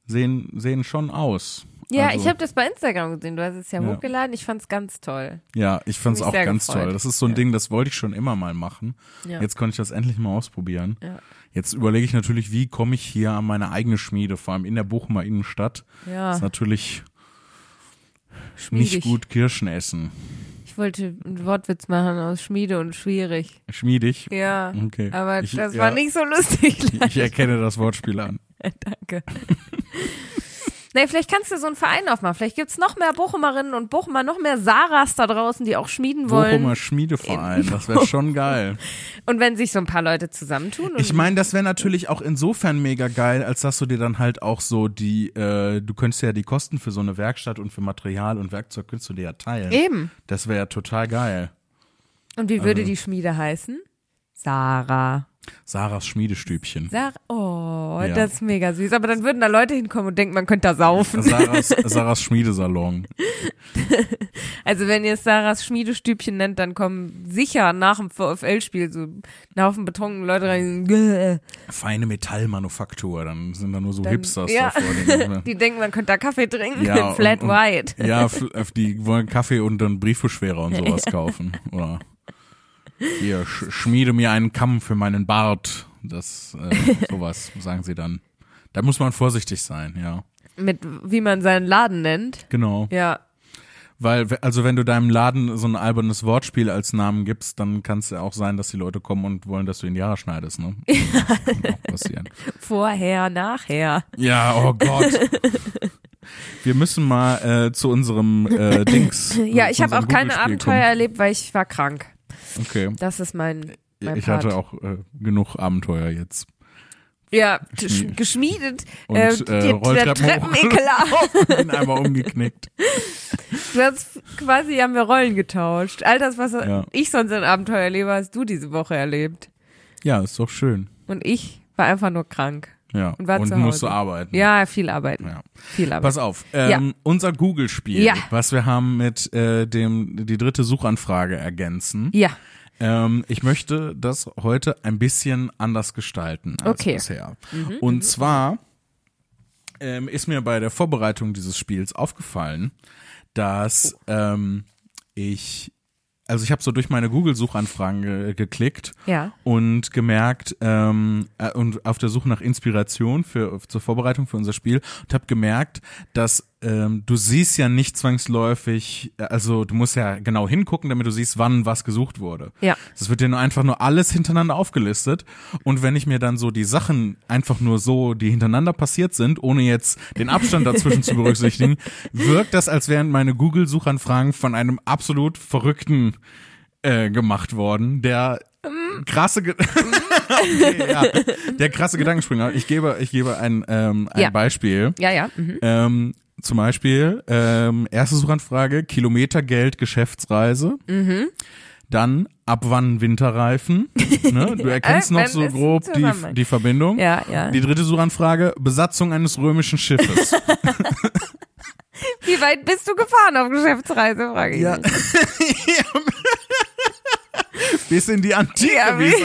Speaker 2: sehen, sehen schon aus.
Speaker 1: Ja,
Speaker 2: also,
Speaker 1: ich habe das bei Instagram gesehen. Du hast es ja,
Speaker 2: Ja.
Speaker 1: hochgeladen. Ich fand's ganz toll.
Speaker 2: Ja, ich fand's
Speaker 1: mich
Speaker 2: auch
Speaker 1: sehr
Speaker 2: ganz
Speaker 1: gefreut.
Speaker 2: toll. Das ist so ein Ding, das wollte ich schon immer mal machen.
Speaker 1: Ja.
Speaker 2: Jetzt konnte ich das endlich mal ausprobieren.
Speaker 1: Ja.
Speaker 2: Jetzt überlege ich natürlich, wie komme ich hier an meine eigene Schmiede, vor allem in der Bochumer Innenstadt.
Speaker 1: Ja,
Speaker 2: Ist natürlich
Speaker 1: schmiedig.
Speaker 2: nicht gut Kirschen essen.
Speaker 1: Ich wollte einen Wortwitz machen aus Schmiede und schwierig.
Speaker 2: Schmiedig.
Speaker 1: Ja,
Speaker 2: Okay.
Speaker 1: aber
Speaker 2: Ich-
Speaker 1: das
Speaker 2: ja.
Speaker 1: war nicht so lustig.
Speaker 2: Ich erkenne das Wortspiel an.
Speaker 1: Danke. Nee, vielleicht kannst du so einen Verein aufmachen. Vielleicht gibt's noch mehr Bochumerinnen und Bochumer, noch mehr Saras da draußen, die auch schmieden wollen.
Speaker 2: Bochumer Schmiedeverein, das wäre schon geil.
Speaker 1: Und wenn sich so ein paar Leute zusammentun und
Speaker 2: Ich meine, das wäre natürlich auch insofern mega geil, als dass du dir dann halt auch so die, äh, du könntest ja die Kosten für so eine Werkstatt und für Material und Werkzeug könntest du dir ja teilen.
Speaker 1: eben.
Speaker 2: Das wäre ja total geil.
Speaker 1: Und wie
Speaker 2: Also
Speaker 1: würde die Schmiede heißen? Sarah.
Speaker 2: Sarahs Schmiedestübchen.
Speaker 1: Sarah. Oh,
Speaker 2: Ja.
Speaker 1: das ist mega süß. Aber dann würden da Leute hinkommen und denken, man könnte da saufen.
Speaker 2: Sarahs, Sarahs Schmiedesalon.
Speaker 1: Also wenn ihr es Sarahs Schmiedestübchen nennt, dann kommen sicher nach dem VfL-Spiel so ein Haufen betrunkenen Leute rein. die sagen,
Speaker 2: Feine Metallmanufaktur, dann sind da nur so
Speaker 1: Dann-
Speaker 2: Hipsters
Speaker 1: ja.
Speaker 2: davor. die-
Speaker 1: "Gah." Die denken, man könnte da Kaffee trinken.
Speaker 2: Ja,
Speaker 1: Flat
Speaker 2: und- und-
Speaker 1: White.
Speaker 2: Ja, f- f- die wollen Kaffee und dann Briefbeschwerer und sowas kaufen. Oder hier, sch schmiede mir einen Kamm für meinen Bart. Das, äh, sowas sagen sie dann. Da muss man vorsichtig sein, ja.
Speaker 1: Mit wie man seinen Laden nennt.
Speaker 2: Genau.
Speaker 1: Ja.
Speaker 2: Weil, we- also wenn du deinem Laden so ein albernes Wortspiel als Namen gibst, dann kann es ja auch sein, dass die Leute kommen und wollen, dass du in die Haare schneidest, ne? Kann auch passieren.
Speaker 1: Vorher, nachher.
Speaker 2: Ja, oh Gott. Wir müssen mal äh, zu unserem äh, Dings.
Speaker 1: Ja, ich
Speaker 2: zu
Speaker 1: habe
Speaker 2: unserem
Speaker 1: auch keine
Speaker 2: Google-Spiel
Speaker 1: Abenteuer erlebt, weil ich war krank.
Speaker 2: kommen. Okay.
Speaker 1: Das ist mein. mein
Speaker 2: ich
Speaker 1: Part.
Speaker 2: hatte auch äh, genug Abenteuer jetzt.
Speaker 1: Ja, t-
Speaker 2: Geschmiedet.
Speaker 1: sch- geschmiedet.
Speaker 2: Und
Speaker 1: äh,
Speaker 2: äh,
Speaker 1: die- der
Speaker 2: Rolltreppen
Speaker 1: Treppenekeler.
Speaker 2: hoch. bin einmal umgeknickt.
Speaker 1: Du hast quasi haben wir Rollen getauscht. All das, was
Speaker 2: Ja.
Speaker 1: ich sonst in Abenteuer erlebe, hast du diese Woche erlebt.
Speaker 2: Ja, ist doch schön.
Speaker 1: Und ich war einfach nur krank.
Speaker 2: Ja.
Speaker 1: Und war zu Hause.
Speaker 2: musst du arbeiten.
Speaker 1: Ja, viel arbeiten.
Speaker 2: Ja.
Speaker 1: Viel arbeiten.
Speaker 2: Pass auf, ähm, unser Google-Spiel,
Speaker 1: Ja.
Speaker 2: was wir haben mit äh, dem die dritte Suchanfrage ergänzen.
Speaker 1: ja,
Speaker 2: Ähm, ich möchte das heute ein bisschen anders gestalten als
Speaker 1: Okay. Mhm.
Speaker 2: bisher. Und zwar ähm, ist mir bei der Vorbereitung dieses Spiels aufgefallen, dass ähm, ich, also ich habe so durch meine Google-Suchanfragen ge geklickt
Speaker 1: ja.
Speaker 2: und gemerkt ähm, äh, und auf der Suche nach Inspiration für zur Vorbereitung für unser Spiel und habe gemerkt, dass ähm, du siehst ja nicht zwangsläufig, äh, also du musst ja genau hingucken, damit du siehst, wann was gesucht wurde.
Speaker 1: Ja.
Speaker 2: Es wird dir nur einfach nur alles hintereinander aufgelistet und wenn ich mir dann so die Sachen einfach nur so, die hintereinander passiert sind, ohne jetzt den Abstand dazwischen zu berücksichtigen, wirkt das, als wären meine Google-Suchanfragen von einem absolut verrückten äh, gemacht worden, der krasse, Ge okay, ja, der krasse Gedankenspringer. Ich gebe, ich gebe ein, ähm, ein
Speaker 1: Ja.
Speaker 2: Beispiel.
Speaker 1: Ja, ja. Mhm.
Speaker 2: Ähm, zum Beispiel, ähm, erste Suchanfrage, Kilometergeld, Geschäftsreise.
Speaker 1: Mhm.
Speaker 2: Dann, ab wann Winterreifen? Ne? Du erkennst noch
Speaker 1: irgendwann
Speaker 2: so
Speaker 1: ist ein
Speaker 2: grob die,
Speaker 1: Zusammenhang.
Speaker 2: die Verbindung.
Speaker 1: ähm, Ja, ja.
Speaker 2: Die dritte Suchanfrage, Besatzung eines römischen Schiffes.
Speaker 1: Wie weit bist du gefahren auf Geschäftsreise, frage ich.
Speaker 2: Ja.
Speaker 1: mich.
Speaker 2: bis in die Antike,
Speaker 1: Ja,
Speaker 2: wie es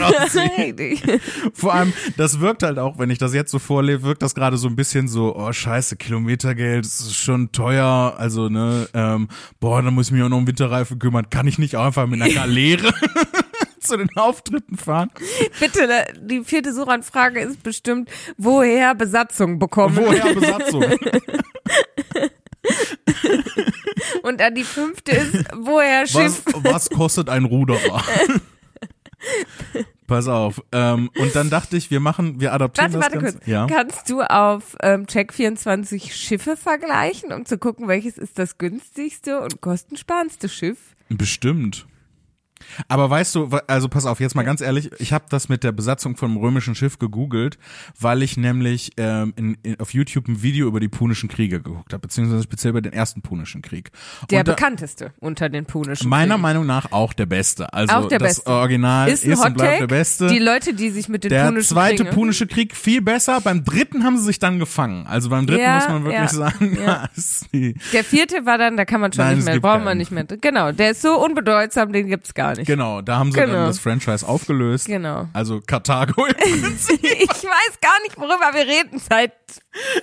Speaker 2: aussieht.
Speaker 1: richtig.
Speaker 2: Vor allem, das wirkt halt auch, wenn ich das jetzt so vorlebe, wirkt das gerade so ein bisschen so, oh scheiße, Kilometergeld das ist schon teuer, also ne, ähm, boah, da muss ich mich auch noch um Winterreifen kümmern, kann ich nicht auch einfach mit einer Galeere zu den Auftritten fahren?
Speaker 1: Bitte, da- die vierte Suchanfrage ist bestimmt, woher Besatzung bekommen.
Speaker 2: Woher Besatzung?
Speaker 1: Und dann die fünfte ist, woher Schiff.
Speaker 2: Was, was kostet ein Ruderer? Pass auf. Ähm, und dann dachte ich, wir machen, wir adaptieren
Speaker 1: Warte,
Speaker 2: das
Speaker 1: warte
Speaker 2: Ganze.
Speaker 1: kurz.
Speaker 2: Ja.
Speaker 1: Kannst du auf ähm, Check24 Schiffe vergleichen, um zu gucken, welches ist das günstigste und kostensparendste Schiff?
Speaker 2: Bestimmt. Aber weißt du, wa- also pass auf, jetzt mal ganz ehrlich, ich habe das mit der Besatzung vom römischen Schiff gegoogelt, weil ich nämlich ähm, in, in, auf YouTube ein Video über die punischen Kriege geguckt habe, beziehungsweise speziell über den ersten punischen Krieg.
Speaker 1: Der
Speaker 2: Und da-
Speaker 1: bekannteste unter den punischen.
Speaker 2: meiner
Speaker 1: Kriegen.
Speaker 2: Meinung nach auch der beste. Also
Speaker 1: Auch der
Speaker 2: das
Speaker 1: Beste.
Speaker 2: Original ist,
Speaker 1: ist ein
Speaker 2: und eh bleibt
Speaker 1: Hottake.
Speaker 2: der beste.
Speaker 1: Die Leute, die sich mit den
Speaker 2: Der
Speaker 1: punischen
Speaker 2: zweite
Speaker 1: Kriegen-
Speaker 2: punische Krieg viel besser. Beim dritten haben sie sich dann gefangen. Also beim dritten
Speaker 1: Ja,
Speaker 2: muss man wirklich
Speaker 1: ja,
Speaker 2: sagen,
Speaker 1: ja.
Speaker 2: ja. ist die,
Speaker 1: Der vierte war dann, da kann man schon
Speaker 2: Nein, es
Speaker 1: nicht mehr,
Speaker 2: gibt
Speaker 1: braucht
Speaker 2: keinen.
Speaker 1: man nicht mehr. Genau, der ist so unbedeutsam, den gibt's gar nicht.
Speaker 2: genau, da haben sie
Speaker 1: Genau.
Speaker 2: dann das Franchise aufgelöst.
Speaker 1: Genau.
Speaker 2: Also Karthago.
Speaker 1: ich weiß gar nicht, worüber wir reden seit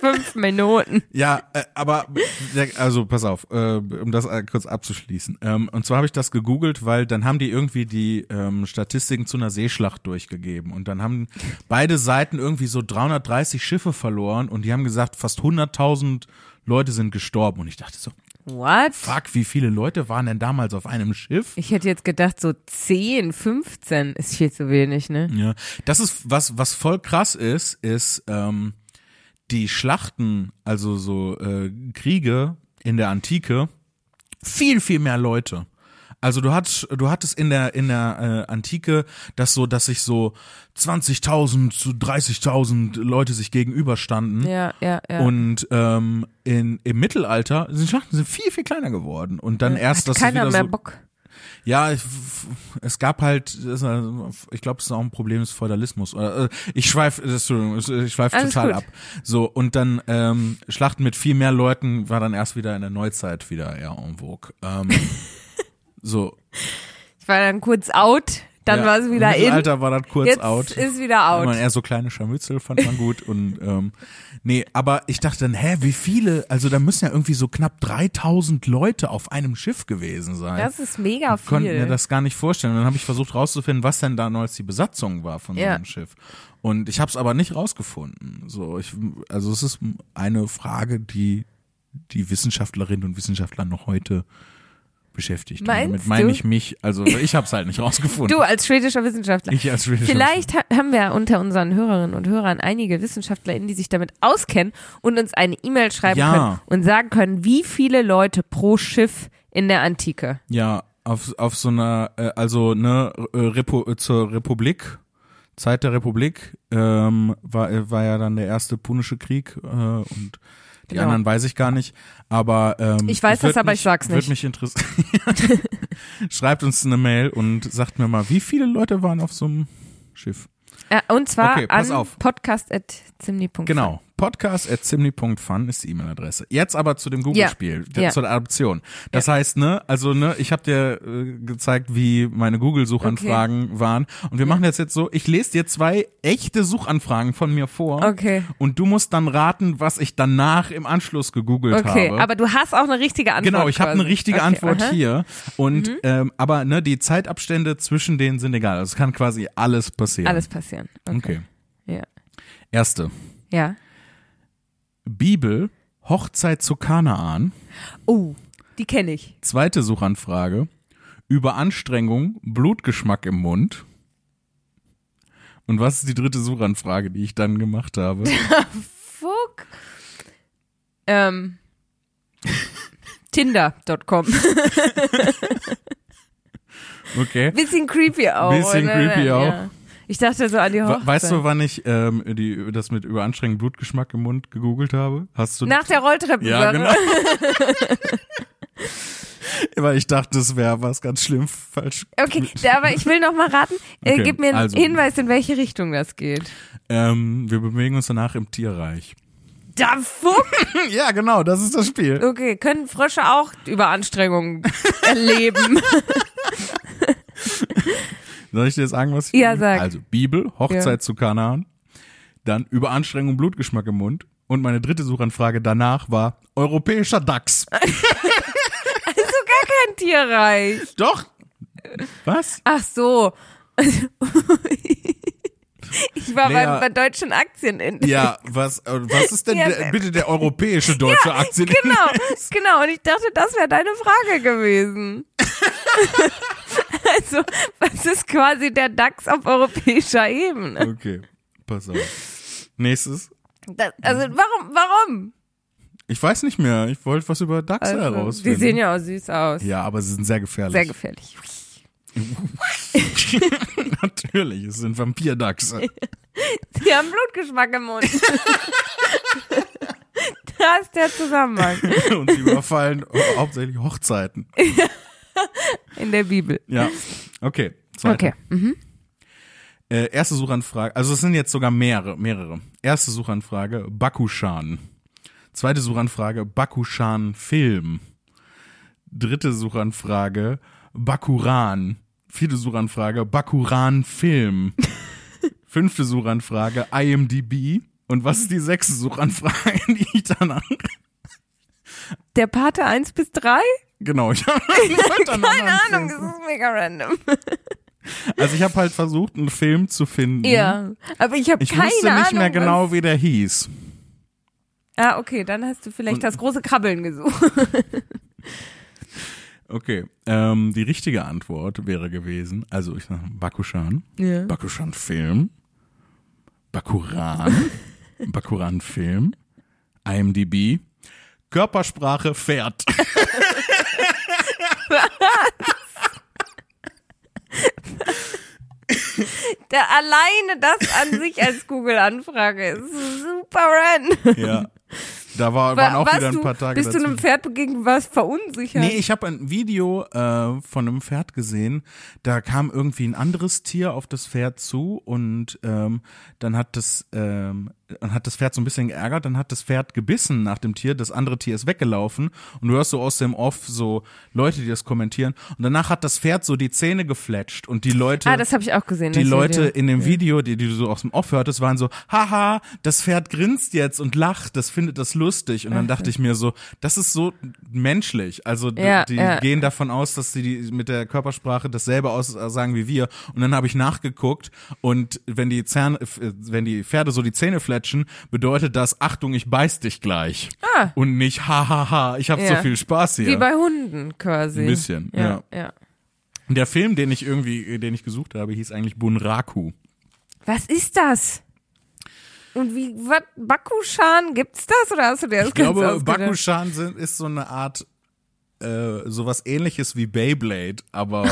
Speaker 1: fünf Minuten.
Speaker 2: ja, äh, aber der, also pass auf, äh, um das äh, kurz abzuschließen. Ähm, und zwar habe ich das gegoogelt, weil dann haben die irgendwie die ähm, Statistiken zu einer Seeschlacht durchgegeben und dann haben beide Seiten irgendwie so 330 Schiffe verloren und die haben gesagt, fast 100.000 Leute sind gestorben und ich dachte so,
Speaker 1: What?
Speaker 2: Fuck, wie viele Leute waren denn damals auf einem Schiff?
Speaker 1: Ich hätte jetzt gedacht, so 10, 15 ist viel zu wenig, ne?
Speaker 2: Ja, das ist was was voll krass ist, ist ähm, die Schlachten, also so äh, Kriege in der Antike, viel viel mehr Leute. Also du hattest du hattest in der in der äh, Antike das so, dass sich so 20.000 zu 30.000 Leute sich gegenüberstanden.
Speaker 1: Ja, ja, ja.
Speaker 2: Und ähm, in, im Mittelalter sind Schlachten sind viel viel kleiner geworden und dann erst
Speaker 1: Hat
Speaker 2: das
Speaker 1: keiner
Speaker 2: wieder
Speaker 1: mehr
Speaker 2: so,
Speaker 1: Bock.
Speaker 2: Ja, ich, es gab halt, das ist, also, ich glaube, es ist auch ein Problem des Feudalismus. Oder, äh, Ich schweife, ich schweif
Speaker 1: Alles
Speaker 2: total
Speaker 1: gut.
Speaker 2: ab. So, und dann ähm, Schlachten mit viel mehr Leuten war dann erst wieder in der Neuzeit wieder eher en vogue. Ähm, so.
Speaker 1: Ich war dann kurz out, dann
Speaker 2: ja,
Speaker 1: war es wieder
Speaker 2: im
Speaker 1: in.
Speaker 2: Alter war das kurz
Speaker 1: jetzt
Speaker 2: out.
Speaker 1: ist wieder
Speaker 2: Wenn Man
Speaker 1: out.
Speaker 2: eher so kleine Scharmützel fand man gut und ähm, nee, aber ich dachte dann, hä, wie viele? Also da müssen ja irgendwie so knapp 3000 Leute auf einem Schiff gewesen sein
Speaker 1: Das ist mega
Speaker 2: konnte mir
Speaker 1: viel.
Speaker 2: das gar nicht vorstellen. Und dann habe ich versucht rauszufinden, was denn damals die Besatzung war von so
Speaker 1: Ja.
Speaker 2: einem Schiff. Und ich habe es aber nicht rausgefunden. So, ich, also es ist eine Frage, die die Wissenschaftlerinnen und Wissenschaftler noch heute beschäftigt. Und
Speaker 1: Meinst
Speaker 2: Damit meine
Speaker 1: du?
Speaker 2: ich mich, also ich habe es halt nicht rausgefunden.
Speaker 1: du als schwedischer Wissenschaftler.
Speaker 2: ich als Researcher.
Speaker 1: Vielleicht ha haben wir unter unseren Hörerinnen und Hörern einige WissenschaftlerInnen, die sich damit auskennen und uns eine E-Mail schreiben
Speaker 2: Ja.
Speaker 1: können und sagen können, wie viele Leute pro Schiff in der Antike.
Speaker 2: Ja, auf, auf so einer, äh, also ne, äh, Repu äh, zur Republik, Zeit der Republik, ähm, war, äh, war ja dann der erste punische Krieg äh, und die
Speaker 1: Genau.
Speaker 2: anderen weiß ich gar nicht. Aber ähm,
Speaker 1: Ich weiß
Speaker 2: würd
Speaker 1: das, aber
Speaker 2: mich,
Speaker 1: ich sag's
Speaker 2: Würde
Speaker 1: nicht.
Speaker 2: mich interessieren. Schreibt uns eine Mail und sagt mir mal, wie viele Leute waren auf so einem Schiff?
Speaker 1: Äh, und zwar
Speaker 2: Okay, pass
Speaker 1: an
Speaker 2: auf.
Speaker 1: podcast.zimni.com.
Speaker 2: Genau. Podcast at zimni.fun ist die E-Mail-Adresse. Jetzt aber zu dem Google-Spiel,
Speaker 1: Ja, ja.
Speaker 2: zur Adoption. Das heißt, ne, also ne, ich habe dir äh, gezeigt, wie meine Google-Suchanfragen waren. Und wir machen das jetzt so, ich lese dir zwei echte Suchanfragen von mir vor.
Speaker 1: Okay.
Speaker 2: Und du musst dann raten, was ich danach im Anschluss gegoogelt
Speaker 1: Okay,
Speaker 2: habe.
Speaker 1: aber du hast auch eine richtige Antwort.
Speaker 2: Genau, ich habe eine
Speaker 1: quasi.
Speaker 2: richtige
Speaker 1: okay,
Speaker 2: Antwort
Speaker 1: aha. Mhm.
Speaker 2: hier. Und ähm, aber ne, die Zeitabstände zwischen denen sind egal. Also es kann quasi alles passieren.
Speaker 1: Alles passieren. Okay.
Speaker 2: Okay.
Speaker 1: Ja.
Speaker 2: Erste.
Speaker 1: ja.
Speaker 2: Bibel, Hochzeit zu Kanaan.
Speaker 1: Oh, die kenne ich.
Speaker 2: Zweite Suchanfrage. Überanstrengung, Blutgeschmack im Mund. Und was ist die dritte Suchanfrage, die ich dann gemacht habe?
Speaker 1: Fuck. Ähm. Tinder.com.
Speaker 2: Okay.
Speaker 1: Bisschen creepy auch.
Speaker 2: Bisschen
Speaker 1: oder?
Speaker 2: creepy
Speaker 1: Ja. Ich dachte so an die
Speaker 2: We-
Speaker 1: Hochzeit.
Speaker 2: Weißt du, wann ich ähm, die, das mit überanstrengendem Blutgeschmack im Mund gegoogelt habe? Hast du
Speaker 1: Nach der Rolltreppe.
Speaker 2: Ja, genau. Weil ich dachte, das wäre was ganz schlimm falsch.
Speaker 1: Okay, da- aber ich will noch mal raten. Äh,
Speaker 2: Okay,
Speaker 1: gib mir einen
Speaker 2: also.
Speaker 1: Hinweis, in welche Richtung das geht.
Speaker 2: Ähm, wir bewegen uns danach im Tierreich.
Speaker 1: Da fuck.
Speaker 2: Ja, genau, das ist das Spiel.
Speaker 1: Okay, können Frösche auch Überanstrengungen erleben?
Speaker 2: Soll ich dir jetzt sagen, was ich
Speaker 1: Ja, sag.
Speaker 2: Also Bibel, Hochzeit
Speaker 1: Ja.
Speaker 2: zu Kanaan, dann Überanstrengung, Blutgeschmack im Mund. Und meine dritte Suchanfrage danach war europäischer Dachs.
Speaker 1: Kein Tierreich.
Speaker 2: Doch. Was?
Speaker 1: Ach so. ich war
Speaker 2: Lea.
Speaker 1: beim, bei deutschen Aktienindex.
Speaker 2: Ja, was, äh, was ist denn
Speaker 1: Ja,
Speaker 2: der, bitte der europäische deutsche Aktienindex?
Speaker 1: Genau, genau. Und ich dachte, das wäre deine Frage gewesen. also, was ist quasi der DAX auf europäischer Ebene?
Speaker 2: Okay, pass auf. Nächstes.
Speaker 1: Das, also, warum, warum?
Speaker 2: Ich weiß nicht mehr. Ich wollte was über DAX
Speaker 1: Also, die
Speaker 2: herausfinden.
Speaker 1: sehen ja auch süß aus.
Speaker 2: ja, aber sie sind sehr gefährlich.
Speaker 1: Sehr gefährlich.
Speaker 2: Natürlich, es sind Vampirdachse.
Speaker 1: Die haben Blutgeschmack im Mund. da ist der Zusammenhang
Speaker 2: Und sie überfallen hau- hauptsächlich Hochzeiten.
Speaker 1: in der Bibel.
Speaker 2: Ja, okay. Zweite.
Speaker 1: Okay.
Speaker 2: Äh, erste Suchanfrage, also es sind jetzt sogar mehrere, mehrere. Erste Suchanfrage, Bakushan. Zweite Suchanfrage, Bakushan Film. Dritte Suchanfrage, Bakuran. Vierte Suchanfrage, Bakuran Film. Fünfte Suchanfrage, IMDb. Und was ist die sechste Suchanfrage, die ich danach
Speaker 1: Der Pate 1 bis 3?
Speaker 2: Genau, ich habe Keine
Speaker 1: Keine Ahnung, das ist mega random.
Speaker 2: Also ich habe halt versucht, einen Film zu finden.
Speaker 1: Ja. Aber ich habe
Speaker 2: Mhm. Ich
Speaker 1: keine
Speaker 2: wusste nicht
Speaker 1: Ahnung.
Speaker 2: mehr
Speaker 1: was-
Speaker 2: genau, wie der hieß.
Speaker 1: Ah, okay, dann hast du vielleicht
Speaker 2: Und-
Speaker 1: das große Krabbeln gesucht.
Speaker 2: Okay, ähm, die richtige Antwort wäre gewesen, also ich sage Bakushan,
Speaker 1: Ja.
Speaker 2: Bakushan-Film, Bakuran, Bakuran-Film, IMDb, Körpersprache, Pferd.
Speaker 1: Da alleine das an sich als Google-Anfrage ist super random.
Speaker 2: ja, da war,
Speaker 1: Wa-
Speaker 2: waren auch
Speaker 1: warst
Speaker 2: wieder ein
Speaker 1: du,
Speaker 2: paar Tage
Speaker 1: Bist du
Speaker 2: dazwischen.
Speaker 1: einem Pferd begegnet, warst verunsichert?
Speaker 2: Nee, ich habe ein Video äh, von einem Pferd gesehen. Da kam irgendwie ein anderes Tier auf das Pferd zu und ähm, dann hat das, ähm, dann hat das Pferd so ein bisschen geärgert. Dann hat das Pferd gebissen nach dem Tier. Das andere Tier ist weggelaufen und du hörst so aus dem Off so Leute, die das kommentieren. Und danach hat das Pferd so die Zähne gefletscht und die Leute.
Speaker 1: ah, das habe ich auch gesehen.
Speaker 2: die
Speaker 1: das
Speaker 2: Leute
Speaker 1: Video.
Speaker 2: in dem Video, die, die du so aus dem Off hörtest, waren so, haha, das Pferd grinst jetzt und lacht, das findet das lustig. Und dann dachte ich mir so, das ist so menschlich. Also die,
Speaker 1: Ja,
Speaker 2: die
Speaker 1: ja.
Speaker 2: gehen davon aus, dass sie die mit der Körpersprache dasselbe aussagen wie wir. Und dann habe ich nachgeguckt und wenn die, Zern, äh, wenn die Pferde so die Zähne fletschen, bedeutet das, Achtung, ich beiß dich gleich. Ah. Und nicht, hahaha, ich habe so
Speaker 1: Ja.
Speaker 2: viel Spaß hier.
Speaker 1: Wie bei Hunden quasi.
Speaker 2: Ein bisschen, ja.
Speaker 1: ja. ja.
Speaker 2: der Film, den ich irgendwie, den ich gesucht habe, hieß eigentlich Bunraku.
Speaker 1: Was ist das? Und wie, was, Bakushan, gibt's das oder hast du dir das
Speaker 2: Ich glaube,
Speaker 1: ganz ausgedacht?
Speaker 2: Bakushan sind, ist so eine Art, äh, sowas ähnliches wie Beyblade, aber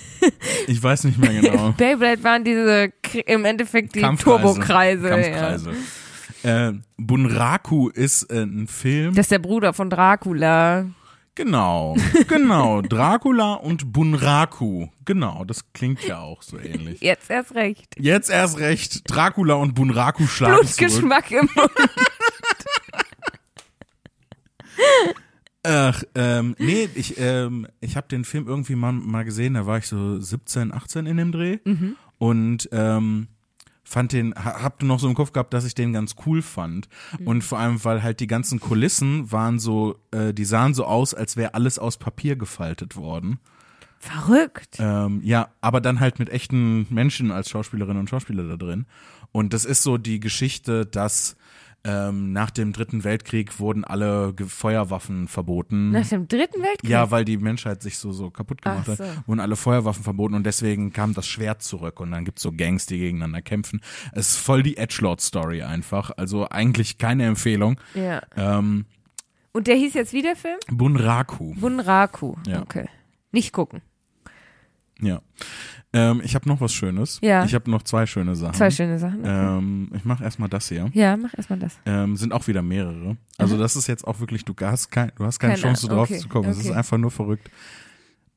Speaker 2: ich weiß nicht mehr genau.
Speaker 1: Beyblade waren diese, Kr- im Endeffekt die Turbokreise. Ja.
Speaker 2: Kampfkreise. Äh, Bunraku ist äh, ein Film.
Speaker 1: Das ist der Bruder von Dracula.
Speaker 2: genau, genau. Dracula und Bunraku. Genau, das klingt ja auch so ähnlich.
Speaker 1: Jetzt erst recht.
Speaker 2: Jetzt erst recht, Dracula und Bunraku schlagen zurück.
Speaker 1: Blutgeschmack im Mund.
Speaker 2: Ach, ähm, nee, ich, ähm, ich habe den Film irgendwie mal, mal gesehen, da war ich so 17, 18 in dem Dreh und ähm, fand den, ha- hab noch so im Kopf gehabt, dass ich den ganz cool fand und vor allem, weil halt die ganzen Kulissen waren so, äh, die sahen so aus, als wäre alles aus Papier gefaltet worden.
Speaker 1: Verrückt.
Speaker 2: Ähm, ja, aber dann halt mit echten Menschen als Schauspielerinnen und Schauspieler da drin. Und das ist so die Geschichte, dass ähm, nach dem Dritten Weltkrieg wurden alle Ge Feuerwaffen verboten.
Speaker 1: Nach dem dritten Weltkrieg.
Speaker 2: Ja, weil die Menschheit sich so, so kaputt gemacht
Speaker 1: Ach so.
Speaker 2: hat. Wurden alle Feuerwaffen verboten und deswegen kam das Schwert zurück und dann gibt's so Gangs, die gegeneinander kämpfen. Es ist voll die Edgelord-Story einfach. Also eigentlich keine Empfehlung.
Speaker 1: Ja.
Speaker 2: Ähm,
Speaker 1: Und der hieß jetzt wie der Film?
Speaker 2: Bunraku.
Speaker 1: Bunraku.
Speaker 2: Ja.
Speaker 1: Okay. Nicht gucken.
Speaker 2: Ja. Ähm, ich habe noch was Schönes.
Speaker 1: Ja.
Speaker 2: Ich habe noch zwei schöne Sachen.
Speaker 1: Zwei schöne Sachen.
Speaker 2: Ähm, ich mache erstmal das hier.
Speaker 1: ja, mach erstmal das.
Speaker 2: Ähm, sind auch wieder mehrere. Also das ist jetzt auch wirklich, du hast, kein, du hast keine,
Speaker 1: Mhm. Keine
Speaker 2: Chance
Speaker 1: Ahnung.
Speaker 2: drauf
Speaker 1: Okay,
Speaker 2: zu kommen. Es ist
Speaker 1: okay.
Speaker 2: einfach nur verrückt.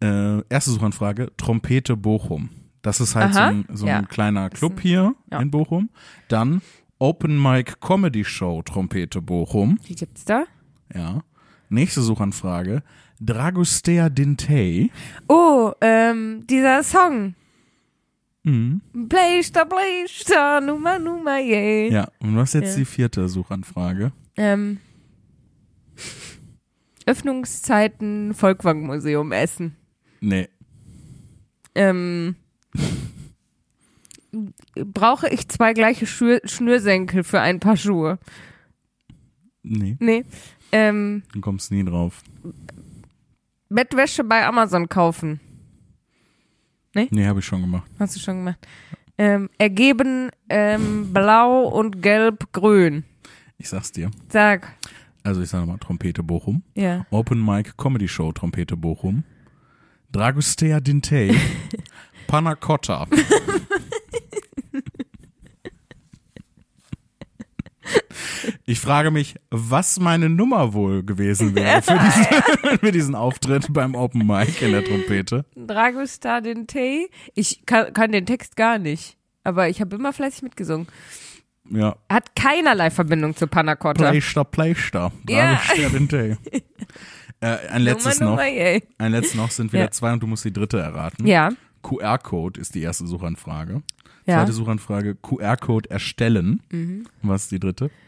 Speaker 2: Äh, erste Suchanfrage, Trompete Bochum. Das ist halt so
Speaker 1: Aha,
Speaker 2: ein, so ein
Speaker 1: ja.
Speaker 2: kleiner Club hier in Bochum. Dann Open Mic Comedy Show Trompete Bochum.
Speaker 1: Die gibt's da?
Speaker 2: Ja. Nächste Suchanfrage, Dragostea Dintei.
Speaker 1: Oh, ähm, dieser Song.
Speaker 2: Mhm.
Speaker 1: Pleister, Pleister, Nummer, Nummer, yeah.
Speaker 2: Ja, und was ist jetzt
Speaker 1: Ja.
Speaker 2: die vierte Suchanfrage?
Speaker 1: Ähm, Öffnungszeiten Volkwang-Museum Essen.
Speaker 2: Nee.
Speaker 1: Ähm, brauche ich zwei gleiche Schür Schnürsenkel für ein paar Schuhe?
Speaker 2: Nee,
Speaker 1: Nee. Ähm,
Speaker 2: du kommst nie drauf.
Speaker 1: Bettwäsche bei Amazon kaufen.
Speaker 2: Nee, habe ich schon gemacht.
Speaker 1: Hast du schon gemacht. Ähm, ergeben ähm, blau und gelb grün.
Speaker 2: Ich sag's dir.
Speaker 1: Sag.
Speaker 2: Also ich sage nochmal Trompete Bochum.
Speaker 1: Ja.
Speaker 2: Open Mic Comedy Show Trompete Bochum. Dragostea Dintei. Panna Cotta. Ich frage mich, was meine Nummer wohl gewesen wäre für diesen, für diesen Auftritt beim Open Mic in der Trompete.
Speaker 1: Dragostar den Tee. Ich kann, kann den Text gar nicht. Aber ich habe immer fleißig mitgesungen.
Speaker 2: Ja,
Speaker 1: Hat keinerlei Verbindung zu Panna Cotta.
Speaker 2: Pleister, Pleister.
Speaker 1: Ja.
Speaker 2: Dragostea Dintei. Äh, ein letztes
Speaker 1: Nummer,
Speaker 2: noch. Hm.
Speaker 1: Nummer, yay.
Speaker 2: Ein letztes noch sind wieder
Speaker 1: Ja.
Speaker 2: zwei und du musst die dritte erraten.
Speaker 1: Ja,
Speaker 2: QR-Code ist die erste Suchanfrage.
Speaker 1: ja. Mhm.
Speaker 2: Zweite Suchanfrage, QR-Code erstellen. Was ist die dritte?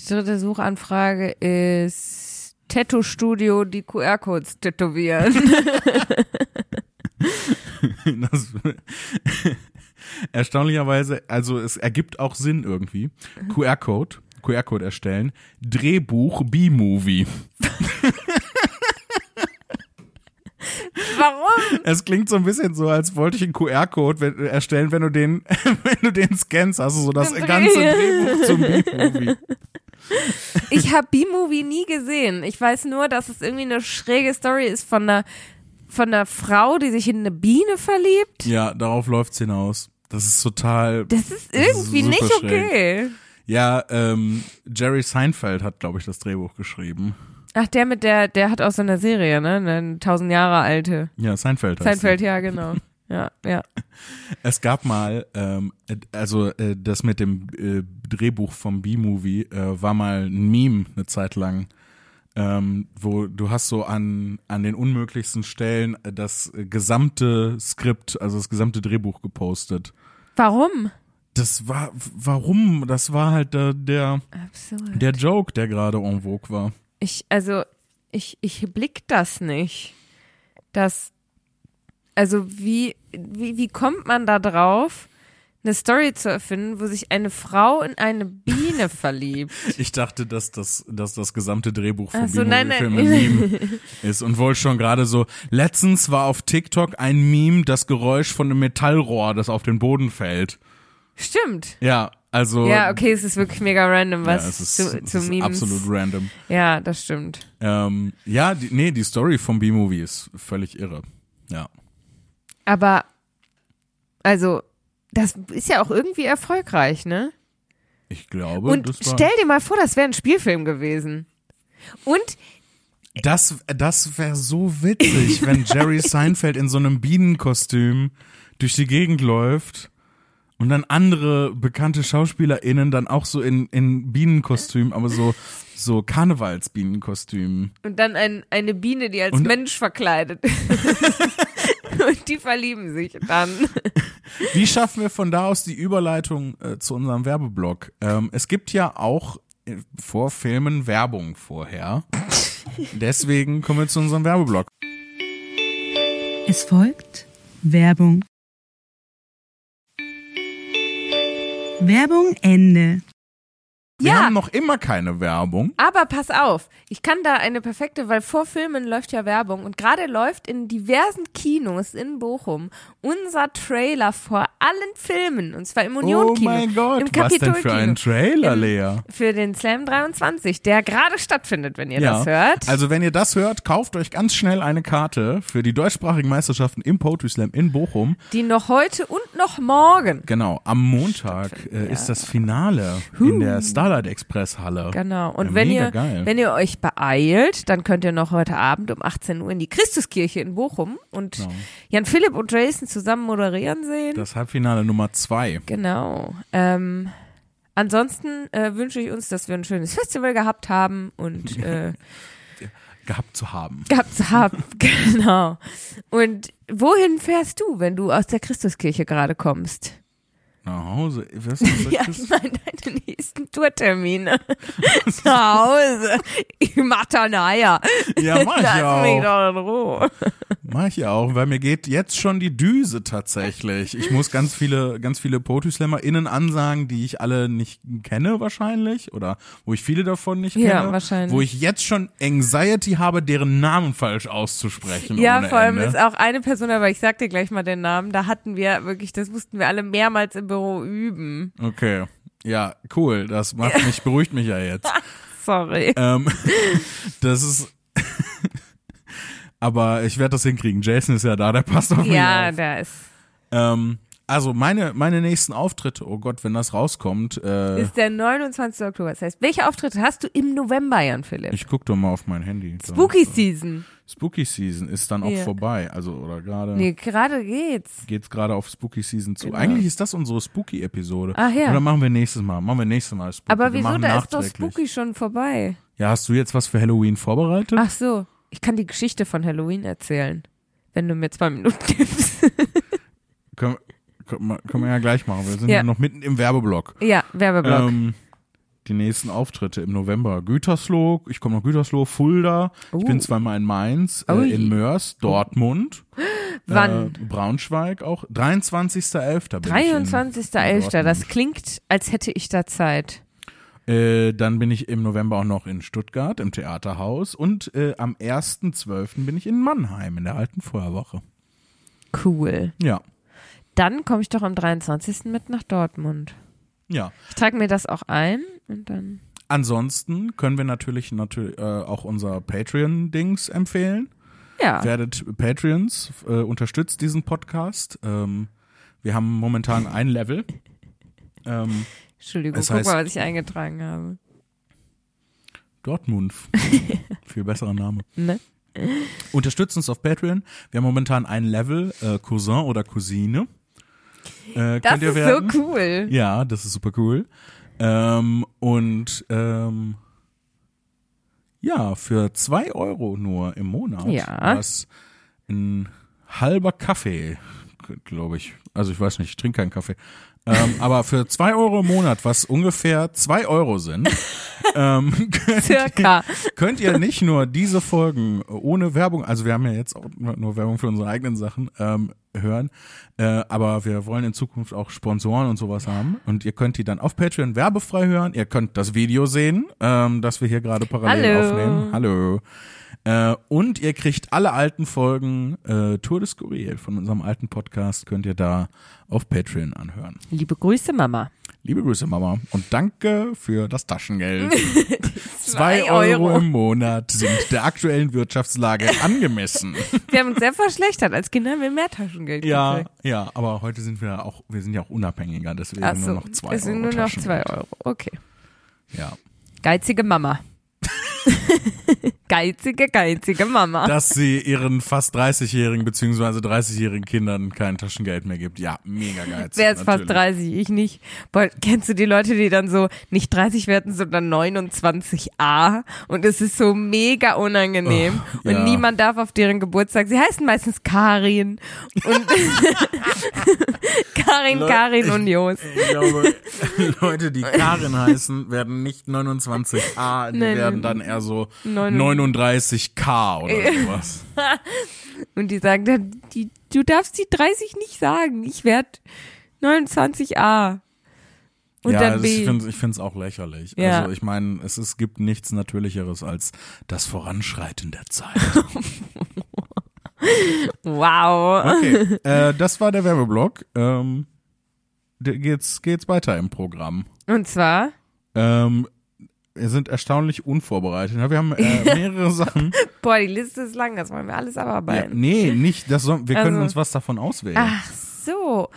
Speaker 1: Die dritte Suchanfrage ist Tattoo-Studio, die QR-Codes tätowieren.
Speaker 2: Das, erstaunlicherweise, also es ergibt auch Sinn irgendwie.
Speaker 1: Mhm.
Speaker 2: QR-Code, QR-Code erstellen, Drehbuch B-Movie.
Speaker 1: Warum?
Speaker 2: Es klingt so ein bisschen so, als wollte ich einen QR-Code we- erstellen, wenn du den, wenn du den scannst, hast du so das
Speaker 1: Dreh-
Speaker 2: ganze Drehbuch zum B-Movie.
Speaker 1: Ich habe B-Movie nie gesehen. Ich weiß nur, dass es irgendwie eine schräge Story ist von einer, von einer Frau, die sich in eine Biene verliebt.
Speaker 2: Ja, darauf läuft's hinaus. Das ist total.
Speaker 1: Das ist
Speaker 2: Das ist
Speaker 1: irgendwie
Speaker 2: super
Speaker 1: nicht okay.
Speaker 2: Ja, ähm, Jerry Seinfeld hat, glaube ich, das Drehbuch geschrieben.
Speaker 1: Ach, der mit der, der hat auch so eine Serie, ne? Eine tausend Jahre alte.
Speaker 2: Ja, Seinfeld. heißt er.
Speaker 1: Seinfeld, ja, genau. Ja, ja.
Speaker 2: Es gab mal, ähm, äh, also äh, das mit dem äh, Drehbuch vom B-Movie äh, war mal ein Meme eine Zeit lang, ähm, wo du hast so an, an den unmöglichsten Stellen äh, das äh, gesamte Skript, also das gesamte Drehbuch gepostet.
Speaker 1: Warum?
Speaker 2: Das war, warum? Das war halt der, der,
Speaker 1: Absurd.
Speaker 2: der Joke, der gerade en vogue war.
Speaker 1: Ich, also, ich, ich blick das nicht. Das, also, wie, wie, wie kommt man da drauf, eine Story zu erfinden, wo sich eine Frau in eine Biene verliebt?
Speaker 2: Ich dachte, dass das, dass das gesamte Drehbuch vom
Speaker 1: Ach so,
Speaker 2: so,
Speaker 1: nein,
Speaker 2: B-Movie-Film
Speaker 1: nein.
Speaker 2: ein Meme ist und wohl schon gerade so. Letztens war auf TikTok ein Meme das Geräusch von einem Metallrohr, das auf den Boden fällt.
Speaker 1: Stimmt.
Speaker 2: Ja, also.
Speaker 1: Ja, okay, es ist wirklich mega random,
Speaker 2: Ja,
Speaker 1: was
Speaker 2: es ist,
Speaker 1: zu,
Speaker 2: es
Speaker 1: zu
Speaker 2: ist
Speaker 1: Memes.
Speaker 2: absolut random.
Speaker 1: Ja, das stimmt.
Speaker 2: Ähm, ja, die, nee, die Story vom B-Movie ist völlig irre. Ja.
Speaker 1: Aber, also, das ist ja auch irgendwie erfolgreich, ne?
Speaker 2: Ich glaube,
Speaker 1: Und
Speaker 2: das war.
Speaker 1: stell dir mal vor, das wäre ein Spielfilm gewesen. Und
Speaker 2: Das, das wäre so witzig, wenn Jerry Seinfeld in so einem Bienenkostüm durch die Gegend läuft und dann andere bekannte SchauspielerInnen dann auch so in, in Bienenkostüm, aber so, so Karnevalsbienenkostüm.
Speaker 1: Und dann ein, eine Biene, die als
Speaker 2: Und-
Speaker 1: Mensch verkleidet ist. Und die verlieben sich dann.
Speaker 2: Wie schaffen wir von da aus die Überleitung äh, zu unserem Werbeblock? Ähm, es gibt ja auch äh, vor Filmen Werbung vorher. Deswegen kommen wir zu unserem Werbeblock.
Speaker 3: Es folgt Werbung. Werbung Ende.
Speaker 2: Wir
Speaker 1: Ja.
Speaker 2: haben noch immer keine Werbung.
Speaker 1: Aber pass auf, ich kann da eine perfekte, weil vor Filmen läuft ja Werbung und gerade läuft in diversen Kinos in Bochum unser Trailer vor allen Filmen und zwar im Union
Speaker 2: Oh
Speaker 1: Kino.
Speaker 2: mein Gott,
Speaker 1: Im
Speaker 2: was denn
Speaker 1: Kapitol
Speaker 2: für ein Trailer,
Speaker 1: Im-
Speaker 2: Lea?
Speaker 1: für den Slam 23, der gerade stattfindet, wenn ihr das hört.
Speaker 2: Also wenn ihr das hört, kauft euch ganz schnell eine Karte für die deutschsprachigen Meisterschaften im Poetry Slam in Bochum.
Speaker 1: die noch heute und noch morgen.
Speaker 2: Genau, am Montag äh, ist das Finale in der Starlight Express Halle.
Speaker 1: Genau.
Speaker 2: Ja,
Speaker 1: Und wenn
Speaker 2: mega
Speaker 1: ihr,
Speaker 2: geil.
Speaker 1: wenn ihr euch beeilt, dann könnt ihr noch heute Abend um 18 Uhr in die Christuskirche in Bochum und Jan Philipp und Jason zusammen moderieren sehen.
Speaker 2: Genau. das Halbfinale Nummer zwei.
Speaker 1: genau. Ähm, ansonsten äh, wünsche ich uns, dass wir ein schönes Festival gehabt haben und äh,
Speaker 2: gehabt zu haben.
Speaker 1: gehabt zu haben. genau. Und wohin fährst du, wenn du aus der Christuskirche gerade kommst?
Speaker 2: Nach Hause. Was ist das?
Speaker 1: Ja, ich meine deine nächsten Tourtermine. Zu Hause. Ich mach da naja.
Speaker 2: ja, mach ich
Speaker 1: Lass mich
Speaker 2: auch.
Speaker 1: doch in Ruhe.
Speaker 2: Mach ich auch, weil mir geht jetzt schon die Düse tatsächlich. Ich muss ganz viele, ganz viele PotyslammerInnen ansagen, die ich alle nicht kenne wahrscheinlich oder wo ich viele davon nicht
Speaker 1: Ja,
Speaker 2: kenne.
Speaker 1: wahrscheinlich.
Speaker 2: Wo ich jetzt schon Anxiety habe, deren Namen falsch auszusprechen.
Speaker 1: Ja,
Speaker 2: ohne
Speaker 1: vor allem
Speaker 2: Ende.
Speaker 1: ist auch eine Person, aber ich sag dir gleich mal den Namen, da hatten wir wirklich, das mussten wir alle mehrmals im Büro üben.
Speaker 2: Okay. Ja, cool. Das macht mich, beruhigt mich ja jetzt.
Speaker 1: Sorry.
Speaker 2: ähm, das ist. Aber ich werde das hinkriegen. Jason ist ja da, der passt auf mich
Speaker 1: Ja,
Speaker 2: auf.
Speaker 1: da ist,
Speaker 2: Ähm, also meine, meine nächsten Auftritte, oh Gott, wenn das rauskommt, äh,
Speaker 1: ist der 29. Oktober. Das heißt, welche Auftritte hast du im November, Jan Philipp?
Speaker 2: ich guck doch mal auf mein Handy.
Speaker 1: Spooky Season.
Speaker 2: Spooky Season ist dann auch
Speaker 1: Ja.
Speaker 2: vorbei. Also, oder gerade
Speaker 1: Nee, gerade geht's.
Speaker 2: geht's gerade auf Spooky Season zu.
Speaker 1: Genau.
Speaker 2: Eigentlich ist das unsere Spooky-Episode.
Speaker 1: Ach ja.
Speaker 2: Oder machen wir nächstes Mal. Machen wir nächstes Mal Spooky.
Speaker 1: Aber
Speaker 2: wir
Speaker 1: wieso,
Speaker 2: machen
Speaker 1: da ist doch
Speaker 2: nachträglich.
Speaker 1: Spooky schon vorbei.
Speaker 2: Ja, hast du jetzt was für Halloween vorbereitet?
Speaker 1: Ach so, ich kann die Geschichte von Halloween erzählen, wenn du mir zwei Minuten gibst.
Speaker 2: Können, können, wir- können wir ja gleich machen. Wir sind
Speaker 1: Ja.
Speaker 2: ja noch mitten im Werbeblock.
Speaker 1: ja, Werbeblock.
Speaker 2: Ähm, die nächsten Auftritte im November. Gütersloh, ich komme nach Gütersloh, Fulda. Ich
Speaker 1: Oh.
Speaker 2: bin zweimal in Mainz,
Speaker 1: Ui.
Speaker 2: äh, in Mörs, Dortmund.
Speaker 1: Wann?
Speaker 2: Äh, Braunschweig auch. 23.11. bin ich in- in
Speaker 1: 23.11. Das
Speaker 2: Dortmund.
Speaker 1: klingt, als hätte ich da Zeit.
Speaker 2: Äh, dann bin ich im November auch noch in Stuttgart im Theaterhaus und äh, am 1.12. bin ich in Mannheim in der alten Feuerwoche.
Speaker 1: Cool.
Speaker 2: Ja,
Speaker 1: Dann komme ich doch am 23. mit nach Dortmund.
Speaker 2: ja.
Speaker 1: Ich trage mir das auch ein und dann.
Speaker 2: Ansonsten können wir natürlich, natürlich äh, auch unser Patreon-Dings empfehlen.
Speaker 1: Ja.
Speaker 2: Werdet Patreons, äh, unterstützt diesen Podcast. Ähm, wir haben momentan ein Level. Ähm,
Speaker 1: Entschuldigung,
Speaker 2: Es
Speaker 1: guck
Speaker 2: heißt-
Speaker 1: mal, was ich eingetragen habe.
Speaker 2: Dortmund. Viel besserer Name.
Speaker 1: Ne?
Speaker 2: Unterstützt uns auf Patreon. Wir haben momentan ein Level, äh, Cousin oder Cousine. Äh,
Speaker 1: Das
Speaker 2: könnt ihr
Speaker 1: ist
Speaker 2: werden.
Speaker 1: so cool.
Speaker 2: Ja, das ist super cool. Ähm, und ähm, ja, für zwei Euro nur im Monat,
Speaker 1: Ja.
Speaker 2: was ein halber Kaffee, glaube ich. Also ich weiß nicht, ich trinke keinen Kaffee. Ähm, aber für zwei Euro im Monat, was ungefähr zwei Euro sind, ähm,
Speaker 1: Circa.
Speaker 2: könnt ihr nicht nur diese Folgen ohne Werbung, also wir haben ja jetzt auch nur Werbung für unsere eigenen Sachen, ähm, hören, äh, aber wir wollen in Zukunft auch Sponsoren und sowas haben und ihr könnt die dann auf Patreon werbefrei hören, ihr könnt das Video sehen, ähm, das wir hier gerade parallel
Speaker 1: Hallo.
Speaker 2: aufnehmen. Hallo. Äh, und ihr kriegt alle alten Folgen äh, Tour de Skurril von unserem alten Podcast, könnt ihr da auf Patreon anhören.
Speaker 1: Liebe Grüße, Mama.
Speaker 2: Liebe Grüße, Mama. Und danke für das Taschengeld. Zwei
Speaker 1: Zwei
Speaker 2: Euro.
Speaker 1: Euro.
Speaker 2: im Monat sind der aktuellen Wirtschaftslage angemessen.
Speaker 1: Wir haben uns sehr verschlechtert. Als Kinder haben wir mehr Taschengeld gekriegt.
Speaker 2: ja, ja, aber heute sind wir auch, wir sind ja auch unabhängiger, deswegen
Speaker 1: Ach so,
Speaker 2: nur noch zwei
Speaker 1: es sind
Speaker 2: Euro.
Speaker 1: nur noch zwei
Speaker 2: Taschengeld.
Speaker 1: Euro. Okay.
Speaker 2: Ja.
Speaker 1: Geizige Mama. geizige, geizige Mama.
Speaker 2: Dass sie ihren fast 30-jährigen beziehungsweise 30-jährigen Kindern kein Taschengeld mehr gibt. Ja, mega geil.
Speaker 1: Wer ist fast 30, ich nicht. Boah, kennst du die Leute, die dann so nicht 30 werden, sondern 29a? Und es ist so mega unangenehm.
Speaker 2: Oh,
Speaker 1: und
Speaker 2: ja.
Speaker 1: niemand darf auf deren Geburtstag. Sie heißen meistens Karin. Und Karin,
Speaker 2: Leu-
Speaker 1: Karin und Jos.
Speaker 2: Ich glaube, Leute, die Karin heißen, werden nicht 29a, die
Speaker 1: Nein,
Speaker 2: werden
Speaker 1: nein.
Speaker 2: dann eher so
Speaker 1: Neun-
Speaker 2: 39k oder sowas.
Speaker 1: Und die sagen dann, die, du darfst die 30 nicht sagen. Ich werde 29a. Und
Speaker 2: ja,
Speaker 1: dann
Speaker 2: also ich
Speaker 1: B.
Speaker 2: finde es auch lächerlich.
Speaker 1: Ja.
Speaker 2: Also ich meine, es, es gibt nichts Natürlicheres als das Voranschreiten der Zeit.
Speaker 1: Wow.
Speaker 2: Okay, äh, das war der Werbeblock. Ähm, da geht's, geht's weiter im Programm.
Speaker 1: Und zwar
Speaker 2: Ähm, wir sind erstaunlich unvorbereitet. Ja, Wir haben äh, mehrere Sachen.
Speaker 1: Boah, die Liste ist lang, das wollen wir alles
Speaker 2: Ja,
Speaker 1: abarbeiten.
Speaker 2: nee, nicht. Das soll, wir können
Speaker 1: Also-
Speaker 2: uns was davon auswählen.
Speaker 1: Ach so.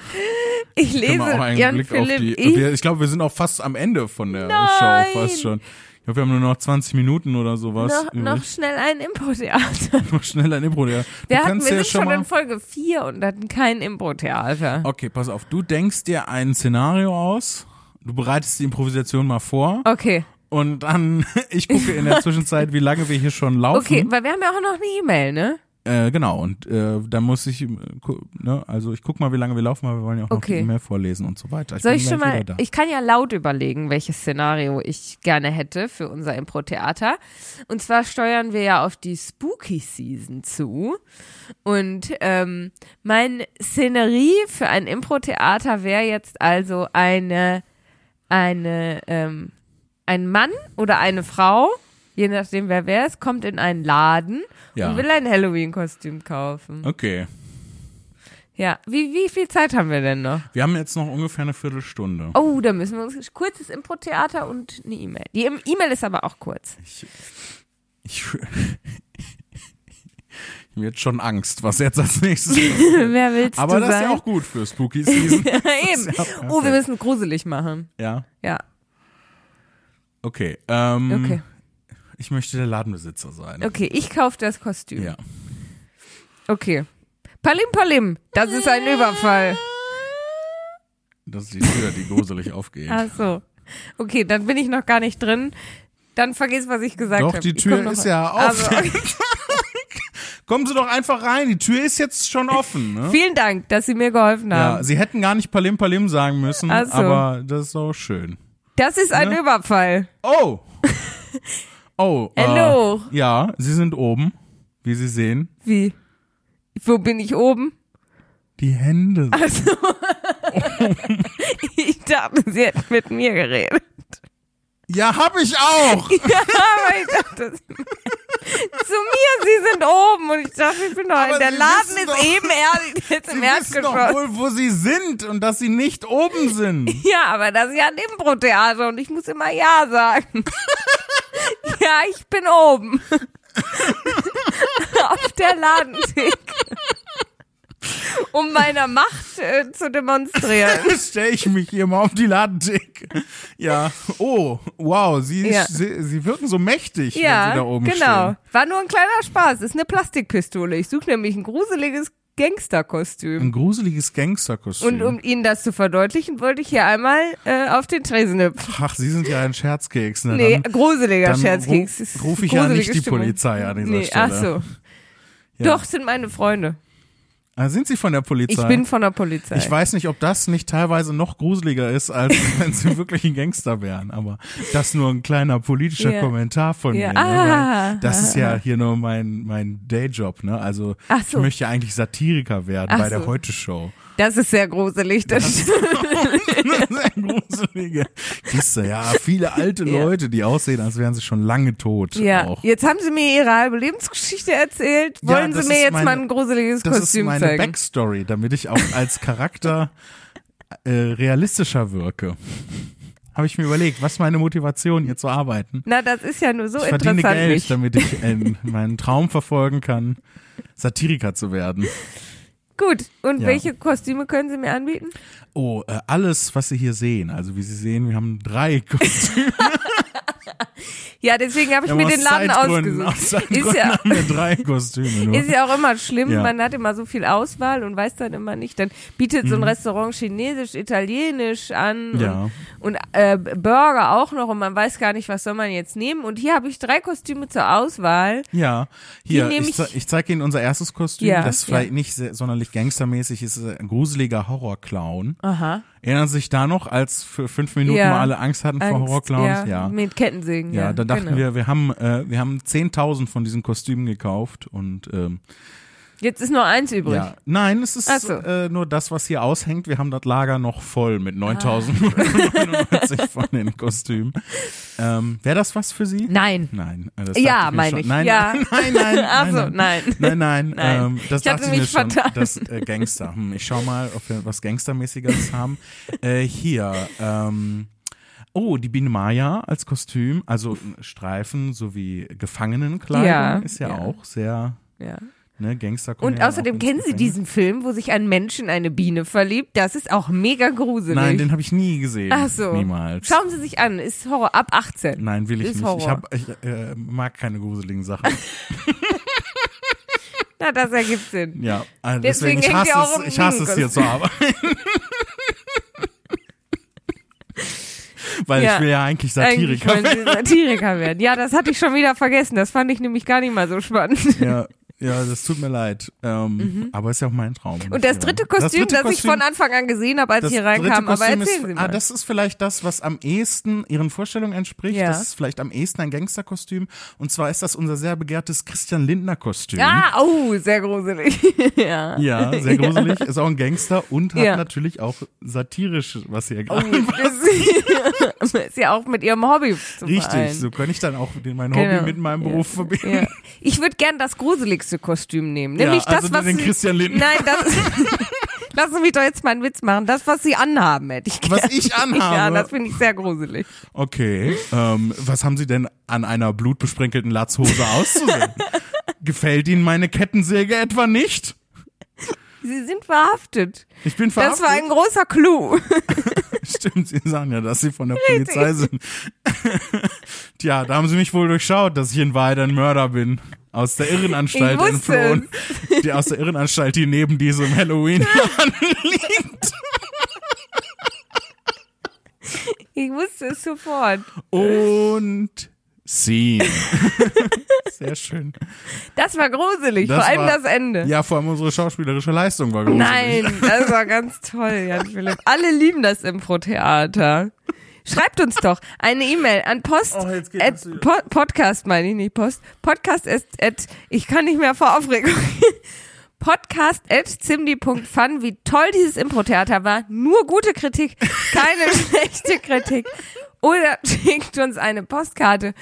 Speaker 1: Ich lese
Speaker 2: Können wir auch einen
Speaker 1: Jan
Speaker 2: Blick
Speaker 1: Philipp.
Speaker 2: auf die.
Speaker 1: ich,
Speaker 2: wir, ich glaube, wir sind auch fast am Ende von der
Speaker 1: Nein.
Speaker 2: Show, fast schon. Ich glaube, wir haben nur noch 20 Minuten oder sowas.
Speaker 1: noch, noch
Speaker 2: übrig.
Speaker 1: schnell ein Impro-Theater.
Speaker 2: noch schnell ein Impro. Ja. Du
Speaker 1: Wir, hatten,
Speaker 2: kannst
Speaker 1: wir
Speaker 2: ja
Speaker 1: sind schon
Speaker 2: mal
Speaker 1: in Folge 4 und hatten kein Impro-Theater.
Speaker 2: Okay, pass auf. Du denkst dir ein Szenario aus. Du bereitest die Improvisation mal vor
Speaker 1: Okay.
Speaker 2: Und dann, ich gucke in der Zwischenzeit, wie lange wir hier schon laufen.
Speaker 1: Okay, weil wir haben ja auch noch eine E-Mail, ne?
Speaker 2: Äh, genau, und äh, dann muss ich, äh, gu- ne, also ich guck mal, wie lange wir laufen, weil wir wollen ja auch noch
Speaker 1: Okay.
Speaker 2: die E-Mail vorlesen und so weiter.
Speaker 1: Soll
Speaker 2: bin
Speaker 1: ich
Speaker 2: gleich
Speaker 1: schon mal,
Speaker 2: wieder da.
Speaker 1: ich kann ja laut überlegen, welches Szenario ich gerne hätte für unser Impro-Theater. Und zwar steuern wir ja auf die Spooky Season zu. Und ähm, mein Szenerie für ein Impro-Theater wäre jetzt also eine, eine, ähm, ein Mann oder eine Frau, je nachdem wer wer ist, kommt in einen Laden
Speaker 2: Ja.
Speaker 1: und will ein Halloween-Kostüm kaufen.
Speaker 2: Okay,
Speaker 1: Ja, wie, wie viel Zeit haben wir denn noch?
Speaker 2: wir haben jetzt noch ungefähr eine Viertelstunde.
Speaker 1: Oh, da müssen wir uns kurzes Impro-Theater und eine E-Mail. Die E- E-Mail ist aber auch kurz.
Speaker 2: Ich, ich, ich hab jetzt schon Angst, was jetzt als nächstes passiert.
Speaker 1: Wer willst
Speaker 2: Aber
Speaker 1: du
Speaker 2: das ist
Speaker 1: sein?
Speaker 2: ja auch gut für Spooky Season.
Speaker 1: Eben. oh, wir müssen gruselig machen.
Speaker 2: ja,
Speaker 1: Ja,
Speaker 2: okay. Ähm,
Speaker 1: okay.
Speaker 2: Ich möchte der Ladenbesitzer sein.
Speaker 1: Okay, ich kaufe das Kostüm.
Speaker 2: Ja.
Speaker 1: Okay. Palim Palim, das ist ein Überfall.
Speaker 2: Das ist die Tür, die gruselig aufgeht.
Speaker 1: Ach so. Okay, dann bin ich noch gar nicht drin. Dann vergiss, was ich gesagt habe.
Speaker 2: Doch, die
Speaker 1: Ich komm
Speaker 2: Tür
Speaker 1: noch-
Speaker 2: ist ja
Speaker 1: Also,
Speaker 2: offen. Kommen Sie doch einfach rein. Die Tür ist jetzt schon offen. Ne?
Speaker 1: vielen Dank, dass Sie mir geholfen haben.
Speaker 2: Ja, Sie hätten gar nicht Palim Palim sagen müssen,
Speaker 1: Ach so.
Speaker 2: aber das ist auch schön.
Speaker 1: das ist ein
Speaker 2: Ne?
Speaker 1: Überfall.
Speaker 2: Oh! Oh.
Speaker 1: Hallo.
Speaker 2: Äh, ja, Sie sind oben, wie Sie sehen.
Speaker 1: Wie? Wo bin ich oben?
Speaker 2: Die Hände.
Speaker 1: Also, ich dachte, sie hätten mit mir geredet.
Speaker 2: Ja, hab ich auch!
Speaker 1: Ja, aber ich dachte, sie- zu mir, sie sind oben und ich dachte, ich bin doch,
Speaker 2: Aber
Speaker 1: der
Speaker 2: Sie
Speaker 1: Laden
Speaker 2: wissen
Speaker 1: ist
Speaker 2: doch-
Speaker 1: eben er, jetzt
Speaker 2: Sie
Speaker 1: im
Speaker 2: wissen doch
Speaker 1: Erdgeschoss.
Speaker 2: wohl, wo Sie sind und dass Sie nicht oben sind.
Speaker 1: Ja, aber das ist ja ein Impro-Theater und ich muss immer Ja sagen. ja, ich bin oben. Auf der Ladentheke. Um meiner Macht äh, zu demonstrieren.
Speaker 2: stelle ich mich hier mal auf die Ladentheke. Ja. Oh, wow, sie,
Speaker 1: Ja.
Speaker 2: sie, sie wirken so mächtig, wenn sie da oben
Speaker 1: genau.
Speaker 2: stehen.
Speaker 1: War nur ein kleiner Spaß. Ist eine Plastikpistole. Ich suche nämlich ein gruseliges Gangsterkostüm.
Speaker 2: Ein gruseliges Gangsterkostüm.
Speaker 1: Und um Ihnen das zu verdeutlichen, wollte ich hier einmal äh, auf den Tresen hüpfen.
Speaker 2: Ach, sie sind ja ein Scherzkeks, ne?
Speaker 1: Nee,
Speaker 2: Dann-
Speaker 1: gruseliger
Speaker 2: dann
Speaker 1: Scherzkeks.
Speaker 2: ru-
Speaker 1: Ist
Speaker 2: ruf ich ja
Speaker 1: gruselige
Speaker 2: nicht die
Speaker 1: Stimmung.
Speaker 2: Polizei an dieser
Speaker 1: nee,
Speaker 2: Stelle.
Speaker 1: Ach so.
Speaker 2: Ja.
Speaker 1: Doch, sind meine Freunde.
Speaker 2: Ah, sind sie von der Polizei?
Speaker 1: Ich bin von der Polizei.
Speaker 2: Ich weiß nicht, ob das nicht teilweise noch gruseliger ist, als wenn sie wirklich ein Gangster wären. Aber das nur ein kleiner politischer
Speaker 1: Ja.
Speaker 2: Kommentar von
Speaker 1: Ja.
Speaker 2: mir. Ne?
Speaker 1: Ah.
Speaker 2: Weil das ist ja hier nur mein, mein Dayjob. Ne? Also
Speaker 1: Ach
Speaker 2: ich
Speaker 1: so.
Speaker 2: möchte ja eigentlich Satiriker werden
Speaker 1: Ach
Speaker 2: bei der
Speaker 1: so.
Speaker 2: Heute-Show.
Speaker 1: Das ist sehr gruselig. Das
Speaker 2: Sehr gruselige Kiste, ja. Viele alte
Speaker 1: Ja.
Speaker 2: Leute, die aussehen, als wären sie schon lange tot.
Speaker 1: ja.
Speaker 2: Auch.
Speaker 1: Jetzt haben Sie mir Ihre halbe Lebensgeschichte erzählt.
Speaker 2: Ja,
Speaker 1: Wollen
Speaker 2: das
Speaker 1: Sie mir
Speaker 2: ist
Speaker 1: jetzt mal
Speaker 2: meine-
Speaker 1: ein gruseliges
Speaker 2: Das ist
Speaker 1: Kostüm
Speaker 2: meine
Speaker 1: zeigen?
Speaker 2: Backstory, damit ich auch als Charakter äh, realistischer wirke. Habe ich mir überlegt, was meine Motivation hier zu arbeiten.
Speaker 1: Na, das ist ja nur so
Speaker 2: Ich verdiene
Speaker 1: interessant.
Speaker 2: Geld,
Speaker 1: nicht.
Speaker 2: damit ich äh, meinen Traum verfolgen kann, Satiriker zu werden.
Speaker 1: Gut, und
Speaker 2: Ja.
Speaker 1: welche Kostüme können Sie mir anbieten?
Speaker 2: Oh, äh, alles, was Sie hier sehen. Also wie Sie sehen, wir haben drei Kostüme.
Speaker 1: Ja, deswegen habe ich
Speaker 2: Ja,
Speaker 1: mir
Speaker 2: aus
Speaker 1: den Laden
Speaker 2: Zeitgründen- Aus
Speaker 1: ausgesucht.
Speaker 2: Zeitgründen
Speaker 1: Ist ja,
Speaker 2: haben wir drei Kostüme. Nur.
Speaker 1: ist ja auch immer schlimm,
Speaker 2: Ja.
Speaker 1: man hat immer so viel Auswahl und weiß dann immer nicht. Dann bietet so ein Restaurant Chinesisch, Italienisch an
Speaker 2: Mhm. Ja.
Speaker 1: und, und äh, Burger auch noch und man weiß gar nicht, was soll man jetzt nehmen. Und hier habe ich drei Kostüme zur Auswahl.
Speaker 2: Ja, hier,
Speaker 1: Die nehm
Speaker 2: ich,
Speaker 1: ich-
Speaker 2: ze- ich zeige Ihnen unser erstes Kostüm,
Speaker 1: Ja,
Speaker 2: das vielleicht
Speaker 1: ja.
Speaker 2: nicht sehr, sonderlich gangstermäßig ist, äh, ein gruseliger Horrorclown.
Speaker 1: Aha.
Speaker 2: Erinnern Sie sich da noch, als für fünf Minuten
Speaker 1: Ja.
Speaker 2: mal alle Angst hatten vor
Speaker 1: Angst,
Speaker 2: Horrorclowns?
Speaker 1: ja,
Speaker 2: Ja. ja.
Speaker 1: Mit Kettensägen. Ja,
Speaker 2: da dachten
Speaker 1: genau.
Speaker 2: wir, wir haben, äh, wir haben 10.000 von diesen Kostümen gekauft und ähm,
Speaker 1: Jetzt ist nur eins übrig.
Speaker 2: ja, nein, es ist
Speaker 1: Ach so.
Speaker 2: äh, nur das, was hier aushängt. Wir haben das Lager noch voll
Speaker 1: Ah.
Speaker 2: mit 9.099 von den Kostümen. Ähm, Wäre das was für Sie?
Speaker 1: Nein.
Speaker 2: Nein, äh, das
Speaker 1: Ja,
Speaker 2: dachte mir
Speaker 1: meine
Speaker 2: schon.
Speaker 1: ich.
Speaker 2: Nein,
Speaker 1: Ja.
Speaker 2: nein, nein, nein.
Speaker 1: Ach so,
Speaker 2: nein.
Speaker 1: nein.
Speaker 2: Nein, nein,
Speaker 1: Nein.
Speaker 2: Ähm, das
Speaker 1: Ich hatte
Speaker 2: dachte ich mir
Speaker 1: mich
Speaker 2: schon.
Speaker 1: vertan.
Speaker 2: Das äh, Gangster. Hm, ich schau mal, ob wir was Gangstermäßiges haben. Äh, hier, ähm, oh, die Biene Maya als Kostüm, also Streifen sowie Gefangenenkleidung
Speaker 1: Ja,
Speaker 2: ist ja,
Speaker 1: ja.
Speaker 2: auch sehr,
Speaker 1: Ja.
Speaker 2: ne, Gangster kommen
Speaker 1: Und
Speaker 2: ja auch
Speaker 1: außerdem
Speaker 2: ins
Speaker 1: kennen Sie
Speaker 2: Gefängnis.
Speaker 1: diesen Film, wo sich ein Mensch in eine Biene verliebt? Das ist auch mega gruselig.
Speaker 2: Nein, den habe ich nie gesehen.
Speaker 1: Ach so.
Speaker 2: Niemals.
Speaker 1: Schauen Sie sich an, ist Horror ab 18.
Speaker 2: Nein, will ich
Speaker 1: Ist
Speaker 2: nicht. Ich,
Speaker 1: Horror.
Speaker 2: hab, ich äh, mag keine gruseligen Sachen.
Speaker 1: Na, das ergibt Sinn.
Speaker 2: Ja, also
Speaker 1: Deswegen
Speaker 2: deswegen, ich
Speaker 1: hängt
Speaker 2: hasse
Speaker 1: ihr auch um im
Speaker 2: es, ich hasse es
Speaker 1: Linken.
Speaker 2: hier zu arbeiten. Weil
Speaker 1: Ja.
Speaker 2: ich will ja eigentlich
Speaker 1: Eigentlich
Speaker 2: Satiriker
Speaker 1: wollen
Speaker 2: werden.
Speaker 1: sie Satiriker werden. Ja, das hatte ich schon wieder vergessen. Das fand ich nämlich gar nicht mal so spannend.
Speaker 2: Ja, ja, das tut mir leid. Ähm, Aber ist ja auch mein Traum.
Speaker 1: Mhm. Und das dritte Kostüm, das,
Speaker 2: dritte
Speaker 1: ich von
Speaker 2: Kostüm-
Speaker 1: Anfang an gesehen habe, als
Speaker 2: das
Speaker 1: ich hier
Speaker 2: dritte
Speaker 1: reinkam, aber
Speaker 2: Kostüm
Speaker 1: erzählen
Speaker 2: ist,
Speaker 1: Sie
Speaker 2: Ah,
Speaker 1: mal.
Speaker 2: das ist vielleicht das, was am ehesten Ihren Vorstellungen entspricht.
Speaker 1: Ja.
Speaker 2: Das ist vielleicht am ehesten ein Gangsterkostüm. Und zwar ist das unser sehr begehrtes Christian Lindner-Kostüm.
Speaker 1: ah, oh, sehr gruselig. ja.
Speaker 2: Ja, sehr gruselig. Ist auch ein Gangster und hat
Speaker 1: Ja.
Speaker 2: natürlich auch satirisch, was hier
Speaker 1: Oh,
Speaker 2: gerade.
Speaker 1: das ist ja auch mit ihrem Hobby zu
Speaker 2: Richtig,
Speaker 1: vereinen.
Speaker 2: so kann ich dann auch den- mein
Speaker 1: Genau.
Speaker 2: Hobby mit meinem Beruf verbinden.
Speaker 1: Ja. Ich würde gern das gruseligste Kostüm nehmen, nämlich
Speaker 2: Ja, also
Speaker 1: das, was
Speaker 2: den
Speaker 1: Sie-
Speaker 2: Christian Lindner.
Speaker 1: Nein, das Lassen Sie mich doch jetzt mal einen Witz machen. Das, was Sie anhaben, hätte ich gern.
Speaker 2: Was ich
Speaker 1: Ja,
Speaker 2: anhabe.
Speaker 1: das finde ich sehr gruselig.
Speaker 2: Okay, ähm, was haben Sie denn an einer blutbesprenkelten Latzhose auszusehen? Gefällt Ihnen meine Kettensäge etwa nicht?
Speaker 1: Sie sind verhaftet.
Speaker 2: Ich bin
Speaker 1: Das
Speaker 2: verhaftet.
Speaker 1: war ein großer Clou.
Speaker 2: Stimmt, Sie sagen ja, dass Sie von der Polizei sind. Tja, da haben Sie mich wohl durchschaut, dass ich in Wahrheit ein Mörder bin. Aus der Irrenanstalt
Speaker 1: Ich wusste
Speaker 2: entflohen. Die aus der Irrenanstalt, die neben diesem Halloween-Laden liegt.
Speaker 1: Ich wusste es sofort.
Speaker 2: Und Scene. Sehr schön.
Speaker 1: Das war gruselig,
Speaker 2: Das
Speaker 1: vor allem
Speaker 2: war-
Speaker 1: das Ende.
Speaker 2: Ja, vor allem unsere schauspielerische Leistung war gruselig.
Speaker 1: Nein, das war ganz toll, Jan Philipp. Alle lieben das Impro-Theater. Schreibt uns doch eine E-Mail an Post
Speaker 2: Oh, jetzt geht
Speaker 1: at
Speaker 2: das wieder.
Speaker 1: po Podcast meine ich nicht Post Podcast at, at ich kann nicht mehr vor Aufregung Podcast at zimdi.fun wie toll dieses Impro-Theater war nur gute Kritik keine schlechte Kritik oder schickt uns eine Postkarte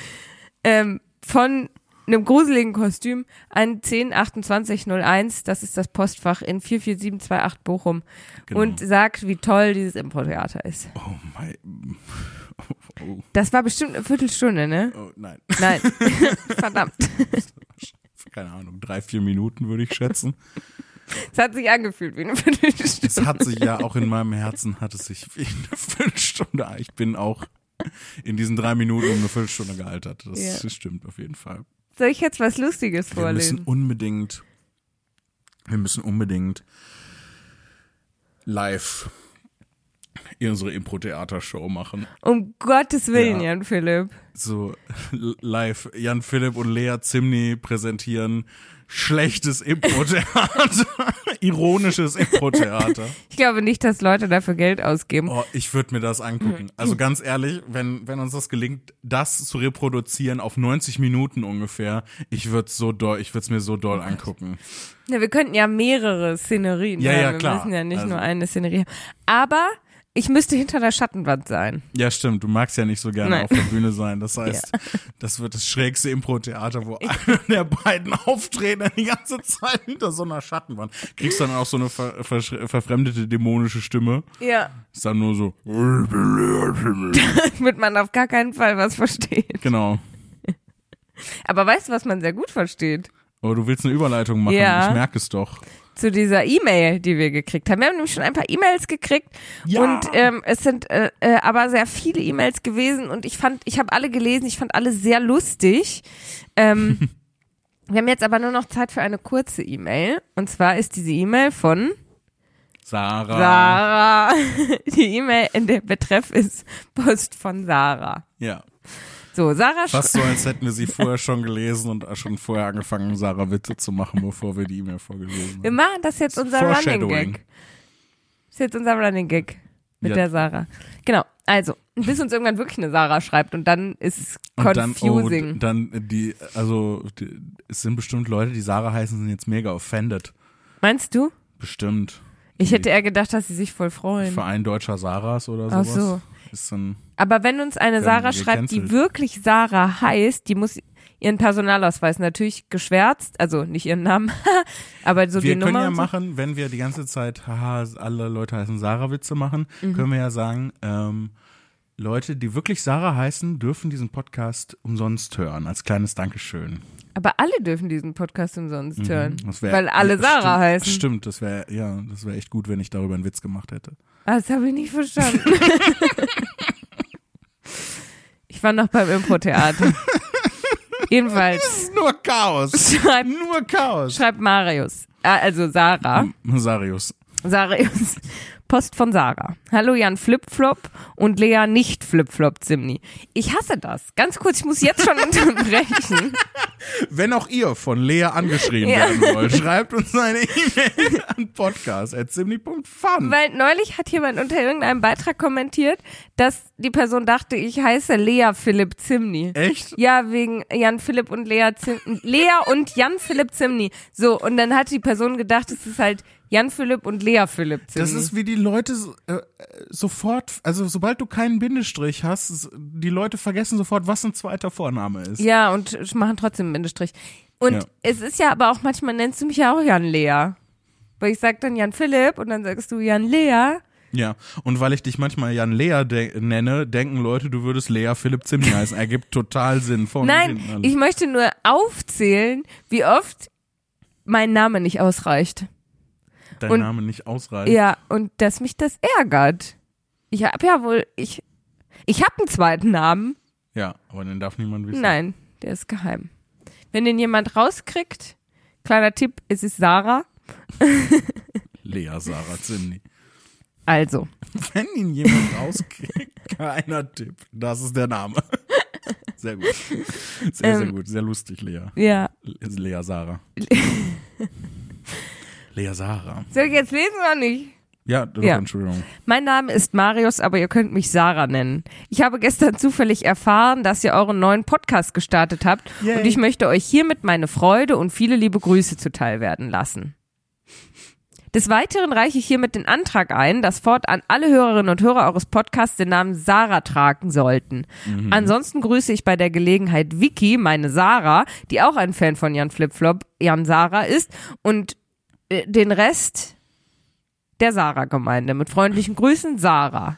Speaker 1: ähm, von einem gruseligen Kostüm an 102801, das ist das Postfach in 44728 Bochum
Speaker 2: Genau.
Speaker 1: und sagt, wie toll dieses Impro-Theater ist.
Speaker 2: Oh mein. Oh,
Speaker 1: Das war bestimmt eine Viertelstunde, ne?
Speaker 2: oh, nein.
Speaker 1: Nein. Verdammt.
Speaker 2: Keine Ahnung, drei, vier Minuten würde ich schätzen.
Speaker 1: Es hat sich angefühlt wie eine Viertelstunde.
Speaker 2: Es hat sich ja auch in meinem Herzen, hat es sich wie eine Viertelstunde. ah, Ich bin auch in diesen drei Minuten um eine Viertelstunde gealtert. Das
Speaker 1: Ja.
Speaker 2: stimmt auf jeden Fall.
Speaker 1: Soll ich jetzt was Lustiges
Speaker 2: Wir müssen
Speaker 1: vorlesen?
Speaker 2: unbedingt, wir müssen unbedingt live unsere Impro-Theater-Show machen.
Speaker 1: Um Gottes Willen,
Speaker 2: Ja.
Speaker 1: Jan Philipp.
Speaker 2: so live Jan Philipp und Lea Zimny präsentieren schlechtes Impro-Theater, ironisches Impro-Theater.
Speaker 1: Ich glaube nicht, dass Leute dafür Geld ausgeben.
Speaker 2: Oh, ich würde mir das angucken. Also ganz ehrlich, wenn, wenn uns das gelingt, das zu reproduzieren auf 90 Minuten ungefähr, ich würde so doll, ich würde es mir so doll angucken.
Speaker 1: Na, wir könnten ja mehrere Szenerien
Speaker 2: Ja,
Speaker 1: haben.
Speaker 2: ja,
Speaker 1: wir
Speaker 2: klar.
Speaker 1: müssen ja nicht
Speaker 2: Also-
Speaker 1: nur eine Szenerie haben. Aber ich müsste hinter der Schattenwand sein.
Speaker 2: Ja, stimmt, du magst ja nicht so gerne
Speaker 1: Nein.
Speaker 2: auf der Bühne sein. Das heißt, das wird das schrägste Impro-Theater, wo einer der beiden auftreten die ganze Zeit hinter so einer Schattenwand. Kriegst dann auch so eine ver verschr- verfremdete dämonische Stimme.
Speaker 1: Ja.
Speaker 2: Ist dann nur so.
Speaker 1: Damit man auf gar keinen Fall was versteht.
Speaker 2: Genau.
Speaker 1: Aber weißt du, was man sehr gut versteht?
Speaker 2: Aber du willst eine Überleitung machen.
Speaker 1: Ja.
Speaker 2: Ich merke es doch.
Speaker 1: zu dieser E-Mail, die wir gekriegt haben. Wir haben nämlich schon ein paar E-Mails gekriegt und ähm, es sind äh, äh, aber sehr viele E-Mails gewesen und ich fand, ich habe alle gelesen, ich fand alle sehr lustig. Ähm, wir haben jetzt aber nur noch Zeit für eine kurze E-Mail und zwar ist diese E-Mail von
Speaker 2: Sarah.
Speaker 1: Sarah. Die E-Mail in der Betreff ist Post von Sarah.
Speaker 2: Ja.
Speaker 1: So, Sarah sch-
Speaker 2: Fast so, als hätten wir sie vorher schon gelesen und schon vorher angefangen, Sarah Witze zu machen, bevor wir die E-Mail vorgelesen
Speaker 1: Wir
Speaker 2: haben.
Speaker 1: machen das jetzt unser Running
Speaker 2: Foreshadowing.
Speaker 1: Gag. Das ist jetzt unser Running Gag mit
Speaker 2: Ja.
Speaker 1: der Sarah. Genau. Also, bis uns irgendwann wirklich eine Sarah schreibt und dann ist es
Speaker 2: Und dann, oh,
Speaker 1: confusing.
Speaker 2: dann die, also die, es sind bestimmt Leute, die Sarah heißen, sind jetzt mega offended.
Speaker 1: Meinst du?
Speaker 2: Bestimmt.
Speaker 1: Ich
Speaker 2: Die
Speaker 1: hätte eher gedacht, dass sie sich voll freuen.
Speaker 2: Verein deutscher Sarahs oder
Speaker 1: Ach
Speaker 2: sowas.
Speaker 1: so.
Speaker 2: Ist dann,
Speaker 1: Aber wenn uns eine
Speaker 2: Werden
Speaker 1: Sarah
Speaker 2: wir
Speaker 1: schreibt, die
Speaker 2: gecancelt.
Speaker 1: wirklich Sarah heißt, die muss ihren Personalausweis natürlich geschwärzt, also nicht ihren Namen, aber so
Speaker 2: wir
Speaker 1: die
Speaker 2: können
Speaker 1: Nummer.
Speaker 2: ja
Speaker 1: und so.
Speaker 2: machen, wenn wir die ganze Zeit, haha, alle Leute heißen Sarah Witze machen,
Speaker 1: Mhm.
Speaker 2: können wir ja sagen, ähm, Leute, die wirklich Sarah heißen, dürfen diesen Podcast umsonst hören, als kleines Dankeschön.
Speaker 1: Aber alle dürfen diesen Podcast umsonst hören,
Speaker 2: Mhm. Das wär-
Speaker 1: weil alle
Speaker 2: ja,
Speaker 1: Sarah
Speaker 2: stimmt,
Speaker 1: heißen.
Speaker 2: Stimmt, das wäre ja, das wäre echt gut, wenn ich darüber einen Witz gemacht hätte.
Speaker 1: Ah, Das habe ich nicht verstanden. ich war noch beim Impro-Theater. Jedenfalls
Speaker 2: Nur Chaos,
Speaker 1: schreibt,
Speaker 2: nur Chaos.
Speaker 1: schreibt Marius, äh, also Sarah,
Speaker 2: Sarius.
Speaker 1: Sarius, Post von Sarah. Hallo Jan Flipflop und Lea nicht Flipflop Zimni. Ich hasse das. Ganz kurz, ich muss jetzt schon unterbrechen.
Speaker 2: Wenn auch ihr von Lea angeschrien werden wollt, schreibt uns eine E-Mail an podcast.zimni.fun.
Speaker 1: Weil neulich hat jemand unter irgendeinem Beitrag kommentiert, dass die Person dachte, ich heiße Lea Philipp Zimni.
Speaker 2: Echt?
Speaker 1: Ja, wegen Jan Philipp und Lea Zim Lea und Jan Philipp Zimni. So, und dann hat die Person gedacht, es ist halt Jan Philipp und Lea Philipp Zimni.
Speaker 2: Das ist wie die Leute so- äh, äh, sofort, also sobald du keinen Bindestrich hast, s- die Leute vergessen sofort, was ein zweiter Vorname ist.
Speaker 1: ja, und sch- machen trotzdem einen Bindestrich. Und
Speaker 2: Ja.
Speaker 1: es ist ja aber auch manchmal nennst du mich ja auch Jan Lea. Weil ich sag dann Jan Philipp und dann sagst du Jan Lea.
Speaker 2: Ja. Und weil ich dich manchmal Jan Lea de nenne, denken Leute, du würdest Lea Philipp Zimni heißen. Ergibt total Sinn. Vorne und
Speaker 1: Nein,
Speaker 2: hinten alle.
Speaker 1: ich möchte nur aufzählen, wie oft mein Name nicht ausreicht.
Speaker 2: Dein
Speaker 1: und-
Speaker 2: Name nicht ausreicht.
Speaker 1: Ja, und dass mich das ärgert. Ich hab ja wohl, ich, ich hab einen zweiten Namen.
Speaker 2: Ja, aber den darf niemand wissen.
Speaker 1: Nein, der ist geheim. Wenn den jemand rauskriegt, kleiner Tipp, es ist Sarah.
Speaker 2: Lea Sarah Zimni.
Speaker 1: Also,
Speaker 2: Wenn ihn jemand rauskriegt, keiner Tipp. Das ist der Name. Sehr gut. Sehr, sehr
Speaker 1: Ähm.
Speaker 2: gut. Sehr lustig, Lea.
Speaker 1: ja.
Speaker 2: Ist Lea Sarah. Lea Sarah.
Speaker 1: Soll ich jetzt lesen oder nicht?
Speaker 2: Ja, doch,
Speaker 1: Ja.
Speaker 2: Entschuldigung.
Speaker 1: Mein Name ist Marius, aber ihr könnt mich Sarah nennen. Ich habe gestern zufällig erfahren, dass ihr euren neuen Podcast gestartet habt
Speaker 2: Yay.
Speaker 1: und ich möchte euch hiermit meine Freude und viele liebe Grüße zuteil werden lassen. Des Weiteren reiche ich hiermit den Antrag ein, dass fortan alle Hörerinnen und Hörer eures Podcasts den Namen Sarah tragen sollten. Ansonsten grüße ich bei der Gelegenheit Vicky, meine Sarah, die auch ein Fan von Jan Flipflop, Jan Sarah ist und äh, den Rest der Sarah-Gemeinde. Mit freundlichen Grüßen, Sarah.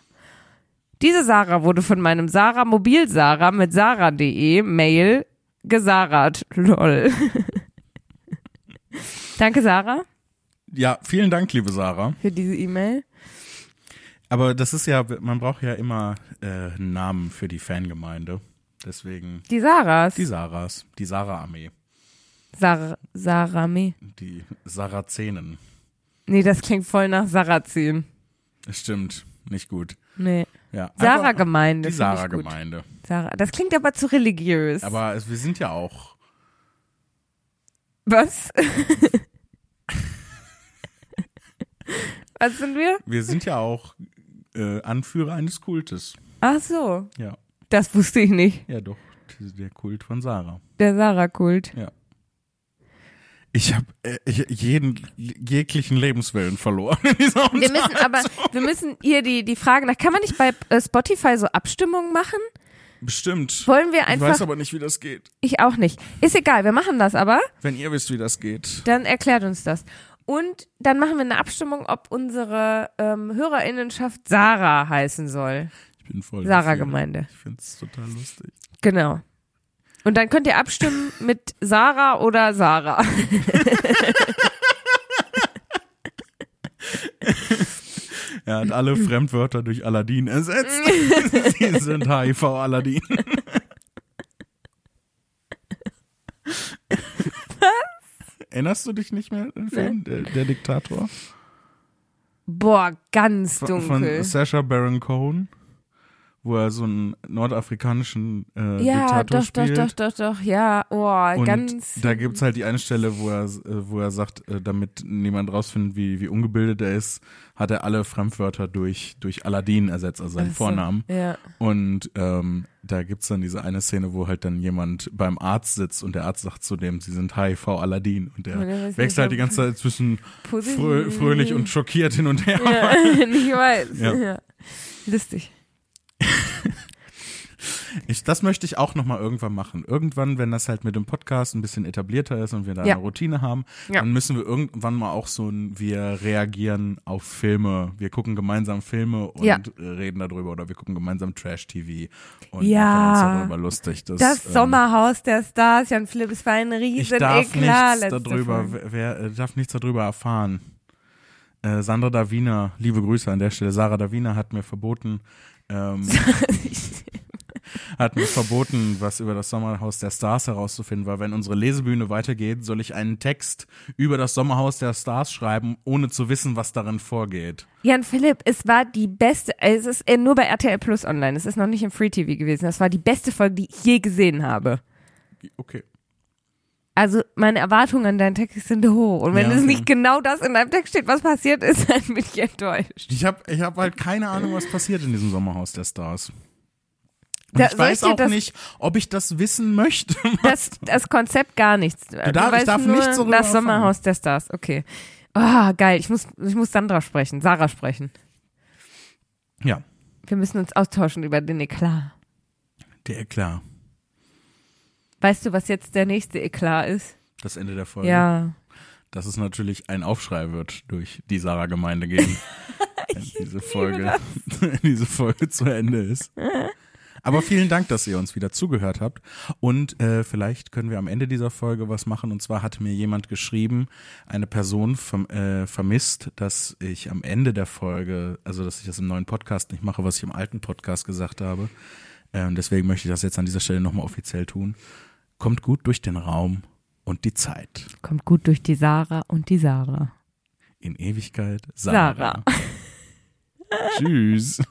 Speaker 1: Diese Sarah wurde von meinem Sarah Mobil Sarah mit sarah.de Mail gesarat. Lol. Danke, Sarah,
Speaker 2: Ja, vielen Dank, liebe Sarah.
Speaker 1: für diese E-Mail.
Speaker 2: Aber das ist ja, man braucht ja immer äh, einen Namen für die Fangemeinde. Deswegen
Speaker 1: Die Sarahs.
Speaker 2: die Sarahs, die Sarah-Armee,
Speaker 1: Sar Sarah Me.
Speaker 2: die Sarazenen.
Speaker 1: Nee, das klingt voll nach Sarazin.
Speaker 2: Das stimmt, nicht gut.
Speaker 1: Nee.
Speaker 2: Ja, einfach
Speaker 1: Sarah-Gemeinde.
Speaker 2: Also, die
Speaker 1: find ich
Speaker 2: Sarah-Gemeinde.
Speaker 1: gut. Sarah. Das klingt aber zu religiös.
Speaker 2: Aber es, wir sind ja auch
Speaker 1: Was? Was sind wir?
Speaker 2: Wir sind ja auch äh, Anführer eines Kultes.
Speaker 1: Ach so.
Speaker 2: Ja,
Speaker 1: Das wusste ich nicht.
Speaker 2: ja doch, der Kult von Sarah.
Speaker 1: Der Sarah-Kult.
Speaker 2: Ja. Ich habe äh, ich- jeden jeglichen Lebenswillen verloren in dieser
Speaker 1: Wir müssen aber, wir müssen hier die, die Frage nach, kann man nicht bei äh, Spotify so Abstimmungen machen?
Speaker 2: Bestimmt.
Speaker 1: Wollen wir
Speaker 2: ich weiß
Speaker 1: einfach,
Speaker 2: aber nicht, wie das geht.
Speaker 1: ich auch nicht. Ist egal, wir machen das aber,
Speaker 2: Wenn ihr wisst, wie das geht.
Speaker 1: dann erklärt uns das. Und dann machen wir eine Abstimmung, ob unsere ähm, HörerInnenschaft Sarah heißen soll.
Speaker 2: Ich bin voll. dafür.
Speaker 1: Sarah-Gemeinde.
Speaker 2: Ich finde es total lustig.
Speaker 1: Genau. Und dann könnt ihr abstimmen mit Sarah oder Sarah.
Speaker 2: Er hat alle Fremdwörter durch Aladdin ersetzt. Sie sind HIV-Aladdin. Erinnerst du dich nicht mehr an den Film, der, der Diktator?
Speaker 1: Boah, ganz
Speaker 2: Von, von
Speaker 1: dunkel.
Speaker 2: Sacha Baron Cohen, wo er so einen nordafrikanischen äh,
Speaker 1: ja,
Speaker 2: Diktator
Speaker 1: doch, doch,
Speaker 2: spielt.
Speaker 1: doch, doch, doch, ja. Oh,
Speaker 2: Und
Speaker 1: ganz.
Speaker 2: da gibt's halt die eine Stelle, wo er, äh, wo er sagt, äh, damit niemand rausfindet, wie, wie ungebildet er ist, hat er alle Fremdwörter durch, durch Aladdin ersetzt, also seinen
Speaker 1: Ach so,
Speaker 2: Vornamen.
Speaker 1: Ja.
Speaker 2: Und ähm, da gibt's dann diese eine Szene, wo halt dann jemand beim Arzt sitzt und der Arzt sagt zu dem, sie sind HIV Aladdin. Und
Speaker 1: Und er
Speaker 2: der
Speaker 1: weiß
Speaker 2: wächst
Speaker 1: nicht,
Speaker 2: halt die
Speaker 1: ob-
Speaker 2: ganze Zeit zwischen
Speaker 1: Positiv.
Speaker 2: frö fröhlich und schockiert hin und her.
Speaker 1: Ja, nicht weiß.
Speaker 2: Ja.
Speaker 1: Ja. Lustig.
Speaker 2: Ich, das möchte ich auch nochmal irgendwann machen. Irgendwann, wenn das halt mit dem Podcast ein bisschen etablierter ist und wir da
Speaker 1: Ja.
Speaker 2: eine Routine haben,
Speaker 1: Ja.
Speaker 2: dann müssen wir irgendwann mal auch so ein, wir reagieren auf Filme. Wir gucken gemeinsam Filme und
Speaker 1: Ja.
Speaker 2: reden darüber oder wir gucken gemeinsam Trash-TV und
Speaker 1: Ja.
Speaker 2: machen uns darüber lustig. Das,
Speaker 1: Das
Speaker 2: ähm,
Speaker 1: Sommerhaus der Stars, Jan Philipp, es war ein riesen
Speaker 2: ich darf
Speaker 1: Eklat
Speaker 2: nichts
Speaker 1: eh letzte
Speaker 2: darüber,
Speaker 1: Folge.
Speaker 2: wer, wer äh, darf nichts darüber erfahren. Äh, Sandra Davina, liebe Grüße an der Stelle. Sarah Davina hat mir verboten, ähm, hat mir verboten, was über das Sommerhaus der Stars herauszufinden war. Wenn unsere Lesebühne weitergeht, soll ich einen Text über das Sommerhaus der Stars schreiben, ohne zu wissen, was darin vorgeht.
Speaker 1: Jan Philipp, es war die beste, es ist äh, nur bei RTL Plus online, es ist noch nicht im Free TV gewesen. Das war die beste Folge, die ich je gesehen habe.
Speaker 2: Okay.
Speaker 1: Also meine Erwartungen an deinen Text sind hoch. Und wenn
Speaker 2: Ja,
Speaker 1: es
Speaker 2: okay.
Speaker 1: nicht genau das in deinem Text steht, was passiert ist, dann bin ich enttäuscht.
Speaker 2: Ich habe ich hab halt keine Ahnung, was passiert in diesem Sommerhaus der Stars. Und
Speaker 1: Da-
Speaker 2: ich
Speaker 1: soll
Speaker 2: weiß
Speaker 1: ich dir
Speaker 2: auch
Speaker 1: das-
Speaker 2: nicht, ob ich das wissen möchte.
Speaker 1: Das, das Konzept gar nichts. Du
Speaker 2: darf- ich
Speaker 1: weißt
Speaker 2: darf
Speaker 1: nur
Speaker 2: nichts darüber
Speaker 1: Das
Speaker 2: erfahren.
Speaker 1: Sommerhaus der Stars, okay. Ah, geil. Ich muss, ich muss Sandra sprechen, Sarah sprechen.
Speaker 2: ja,
Speaker 1: Wir müssen uns austauschen über den Eklat.
Speaker 2: der Eklat.
Speaker 1: Weißt du, was jetzt der nächste Eklat ist?
Speaker 2: Das Ende der Folge.
Speaker 1: Ja.
Speaker 2: Dass es natürlich ein Aufschrei wird durch die Sarah-Gemeinde gehen. wenn diese Folge, wenn diese Folge zu Ende ist. Aber vielen Dank, dass ihr uns wieder zugehört habt. Und äh, vielleicht können wir am Ende dieser Folge was machen. Und zwar hat mir jemand geschrieben, eine Person verm äh, vermisst, dass ich am Ende der Folge, also dass ich das im neuen Podcast nicht mache, was ich im alten Podcast gesagt habe. Ähm, deswegen möchte ich das jetzt an dieser Stelle nochmal offiziell tun. Kommt gut durch den Raum und die Zeit.
Speaker 1: Kommt gut durch die Sarah und die Sarah.
Speaker 2: In Ewigkeit, Sarah. Tschüss.